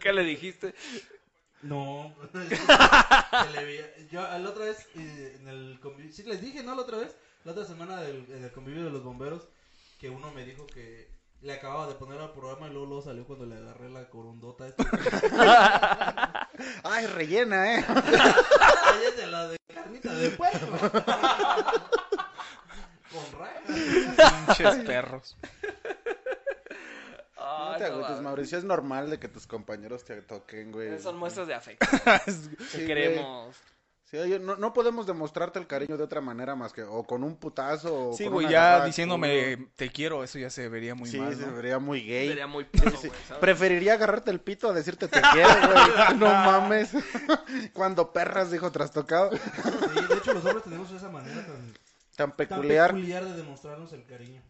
¿Qué le dijiste? No. Se le veía- Yo la otra vez, eh, en el convivio, sí les dije, ¿no? La otra vez, la otra semana del, en el convivio de los bomberos, que uno me dijo que le acababa de poner al programa y luego, luego salió cuando le agarré la corundota. Esta. Ay, rellena, eh. Cállate la de carnita de puerco. Con rayas. Pinches perros. No Ay, te no agüites, mames. Mauricio. Es normal de que tus compañeros te toquen, güey. Son muestras de afecto. Sí, que güey. queremos. Sí, oye, no, no podemos demostrarte el cariño de otra manera más que o con un putazo o Sí, con güey, una ya agarrada de diciéndome te quiero, eso ya se vería culo. muy Sí, mal. se ¿no? vería muy gay. Sería muy puto, Sí. güey, ¿sabes? Preferiría agarrarte el pito a decirte te quiero, (laughs) güey. No mames. (laughs) Cuando perras dijo trastocado. Sí, de hecho, los hombres tenemos esa manera tan, Tan tan peculiar. peculiar de demostrarnos el cariño.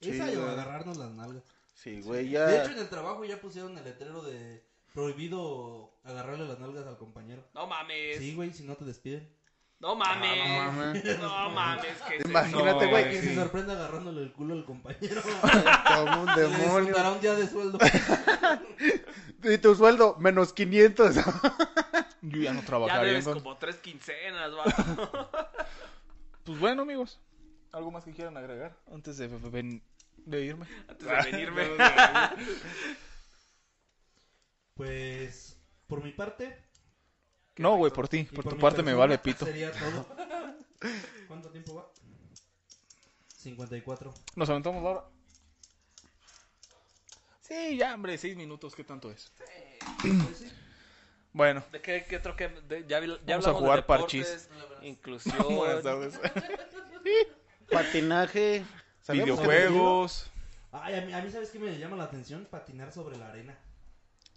Esa Sí, y güey. agarrarnos las nalgas. Sí, güey, De ya. hecho, en el trabajo ya pusieron el letrero de prohibido agarrarle las nalgas al compañero. No mames. Sí, güey, si no te despiden. No mames. Ah, no mames. No mames, que se- Imagínate, No, güey. Que se sí. sorprenda agarrándole el culo al (laughs) compañero. Como un Le descontará demonio. un día de sueldo. Y tu sueldo, menos 500. Yo ya no Ya trabajaría. debes entonces. como tres quincenas, va. (laughs) Pues bueno, amigos. ¿Algo más que quieran agregar antes de, ven- de irme? Antes de (laughs) venirme. Pues, por mi parte. No, güey, por ti. y Por tu mi parte me persona, vale pito. Sería todo. ¿Cuánto tiempo va? 54. Nos aventamos la hora. Sí, ya, hombre, seis minutos, ¿qué tanto es? pues Bueno, ¿De qué, qué otro que de- ya, vi- ya Vamos a hablamos de jugar deportes, Inclusión. buenas tardes. Patinaje. ¿Sabíamos Videojuegos. Ay, a mí, a mí, ¿sabes qué me llama la atención? Patinar sobre la arena.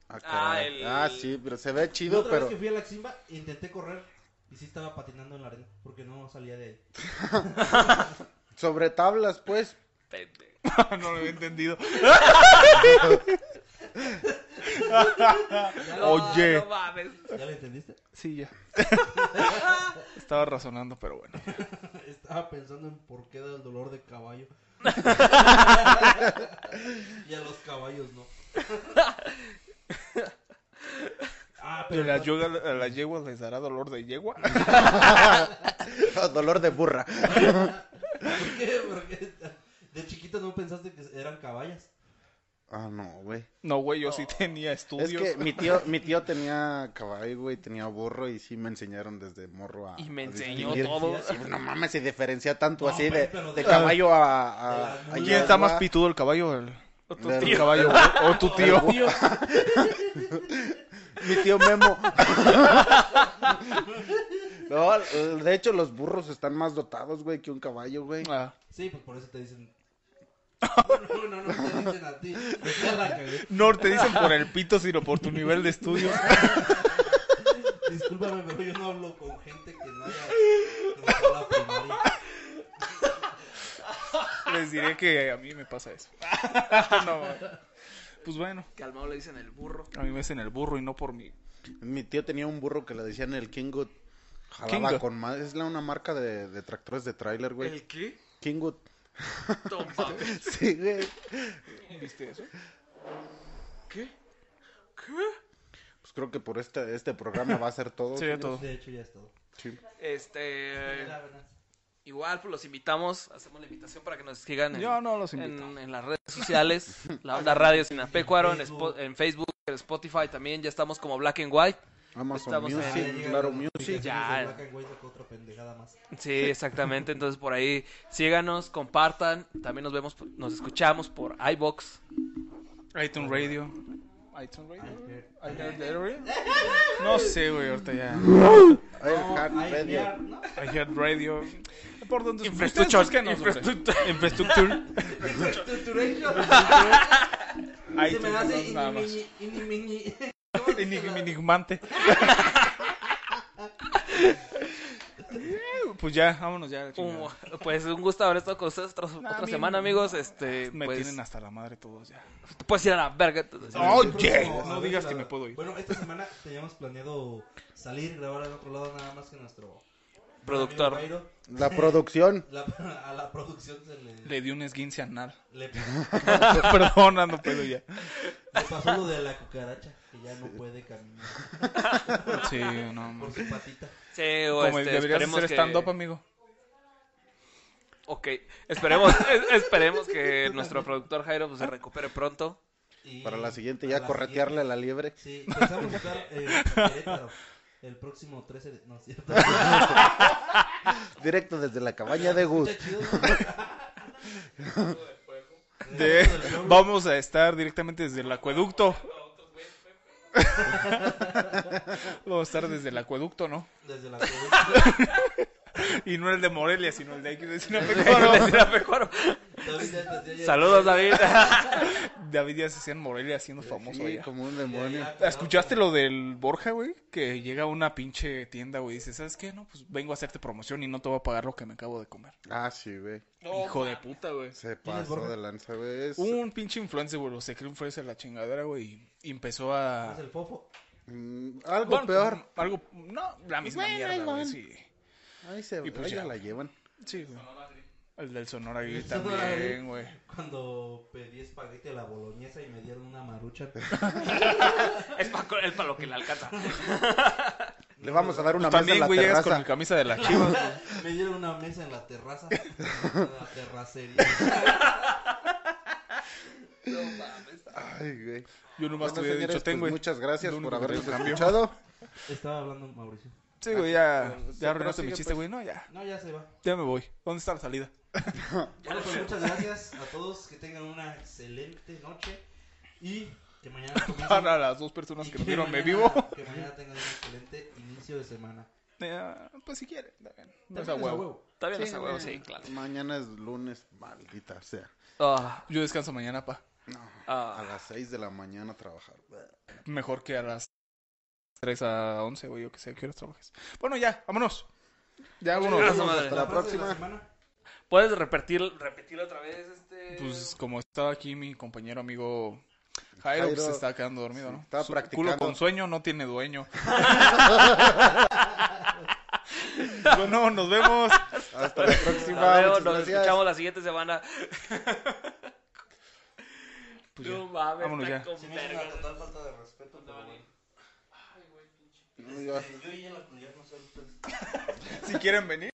Ah, caray. Ah, el- Ah, sí, pero se ve Y chido, otra pero. vez que fui a la Ximba, intenté correr. Y sí estaba patinando en la arena. Porque no salía de ahí. Sobre tablas, pues. (laughs) Pende. (laughs) no lo había entendido. No, Oye. No mames. ¿Ya lo entendiste? Sí, (laughs) ya. Estaba razonando, pero bueno. (laughs) Estaba pensando en por qué da el dolor de caballo. y a los caballos no. ah, ¿Y pero a las yoga- a las yeguas les dará dolor de yegua? Dolor (laughs) de burra. ¿Por qué? ¿Por qué? De chiquito no pensaste que eran caballas. Ah, no, güey. No, güey, yo sí tenía estudios. Es que mi tío, mi tío tenía caballo, güey, tenía burro y sí me enseñaron desde morro a. Y me a enseñó distinguir. todo. Sí, pues, no mames, se diferencia tanto No, así güey, de, pero de de- caballo a. a- de a las- ¿Quién está yegua. más pitudo, el caballo o el, O tu Del el tío. caballo? güey? (laughs) ¿O tu tío? Mi (laughs) tío Memo. (laughs) no, de hecho, los burros están más dotados, güey, que un caballo, güey. Ah. Sí, pues por eso te dicen. No, no, no, te dicen a ti. Ya la cagué. No te dicen por el pito, sino por tu nivel de estudio. Discúlpame, pero yo no hablo con gente que no haya cruzado la primaria. Les diré que a mí me pasa (laughs) eso. No, güey. pues bueno, Que al mago le dicen el burro. a mí me hacen el burro y no por mi... Mi tío tenía un burro que le decían el Kingwood. Jalaba Kingwood. con más. Es la, una marca de, de tractores de tráiler, güey. ¿El qué? Kingwood. (laughs) No mames. (laughs) Sí, güey. ¿Viste eso? ¿Qué? ¿Qué? Pues creo que por este, este programa va a ser todo. Sería señor. todo. De hecho, ya es todo. Sí. Este. Era verdad. Igual, pues los invitamos, hacemos la invitación para que nos sigan en, Yo no los invito. en, en las redes (laughs) sociales, la onda radio Sinapecuaro, en, Spo- en Facebook, en Spotify también, ya estamos como Black and White. Amazon Estamos en- Ah, Music, ya llegaron Claro las Music. notificaciones ya. de Black and White sacó otra pendejada más. Sí, exactamente, entonces por ahí síganos, compartan, también nos vemos, nos escuchamos por iBox. iTunes Radio. iTunes Radio. Ay, iHeart Radio. No sé, güey, ahorita ya. iHeart ay, Radio. mira, ¿no? iHeart Radio. Por donde Infraestructura. ustedes búsquenos, hombre. Infraestructura. Structuration. Se me hace iTunes, nada más. inimini- inimini- (laughs) Enig- Enigmante. Pues ya, vámonos ya. la chingada. Un- pues un gusto haber estado con ustedes otra, otra a mí semana, no. amigos, este, Me pues, tienen hasta la madre todos ya. te puedes ir a la verga. entonces. Oh, Oye, Próximo, a no ver, digas la- que me puedo ir. Bueno, esta semana teníamos planeado salir, grabar en otro lado nada más que nuestro Productor. amigo Jairo. La producción. La- (laughs) a la producción se le, Le di un esguince (laughs) anal. le- Perdón, ando pedo ya. le pasó lo de la cucaracha, que ya no puede caminar Sí, no, por mames. su patita. Sí, o Como este, deberías esperemos hacer que- stand-up, amigo. Ok, esperemos, (laughs) es- esperemos que nuestro productor Jairo pues, se (laughs) recupere pronto. Y Para la siguiente, para ya la corretearle a la liebre. siguiente- Sí, pensamos estar eh, en Querétaro el próximo 13 de... No, es cierto. Directo desde la cabaña de (laughs) Gus. Está chido, (laughs) ¿no? De- Vamos a estar directamente desde el acueducto. (laughs) Vamos a estar desde el acueducto, ¿no? Desde la Querétaro. Y no el de Morelia, sino el de aquí de De (laughs) (laughs) Sinapecuaro. Sinapecuaro. David ya- ya- ya- Saludos, (laughs) David. David ya se hacía en Morelia haciendo famoso Sí, allá. como un demonio. ¿Escuchaste lo del Borja, güey? Que llega a una pinche tienda, güey, y dice, ¿sabes qué? No, pues vengo a hacerte promoción y no te voy a pagar lo que me acabo de comer. Ah, sí, güey. Hijo de puta, güey. Se ¿Quién es pasó Borja? de lanza, güey. Es- Un pinche influencer, güey, lo se cree influencer la chingadera, güey, y empezó a... Es el fofo. Mm, Algo Bueno, peor. pues, Algo... No, la misma mierda, güey, sí. Ahí se Y pues ahí ya. ya la llevan. Sí, güey. El del Sonora Grill El Sonora también, Grill. güey. Cuando pedí espagueti a la boloñesa y me dieron (laughs) una marucha. Es para lo que le alcanza. Le vamos a dar una mesa Pues en También, la güey, llegas con terraza. mi camisa (laughs) de la Chivas. güey. me dieron una mesa en la terraza. En la terracería. No mames. Ay, güey. Yo nomás Bueno, te hubiera señores, dicho, ten, pues, güey. muchas gracias Lo único por que habernos te cambio. escuchado. Estaba hablando Mauricio. Ah, Sí, pues. güey, ya, Pero, sí, ya arruinaste prosigue, mi chiste, güey. No, ya, No, ya se va. ya me voy. ¿Dónde está la salida? Bueno, pues muchas gracias a todos. Que tengan una excelente noche. Y (laughs) que mañana comiencen- Para las dos personas y que me vieron, me mañana- vivo. Que mañana tengan un excelente inicio de semana. (laughs) Ya, Pues si quieren, está bien. No es a También es a huevo. huevo. Todavía no Sí, se huevo, güey. sí, claro. Mañana es lunes, maldita sea. Ah, Yo descanso mañana, pa. ah. A las 6 de la mañana a trabajar. Mejor que a las 3 a 11, güey, yo que sé, a qué horas trabajes. Bueno, ya, vámonos. Ya, vámonos. Chingas a madre. Hasta la frase de próxima. semana. ¿Puedes repetir, repetir otra vez este? Pues como estaba aquí mi compañero amigo Jairo, Jairo, pues se está quedando dormido, sí, ¿no? estaba Su practicando. culo con sueño no tiene (laughs) dueño. bueno, nos vemos. Hasta la Nos próxima. vemos, muchas nos gracias. escuchamos la siguiente semana. Pues ya. no mames, Vámonos está ya. con Se me hace verga. una total falta de respeto, pero No, bueno. Ay, Dios. Este, Yo ya la ya no sé ustedes. Si quieren venir.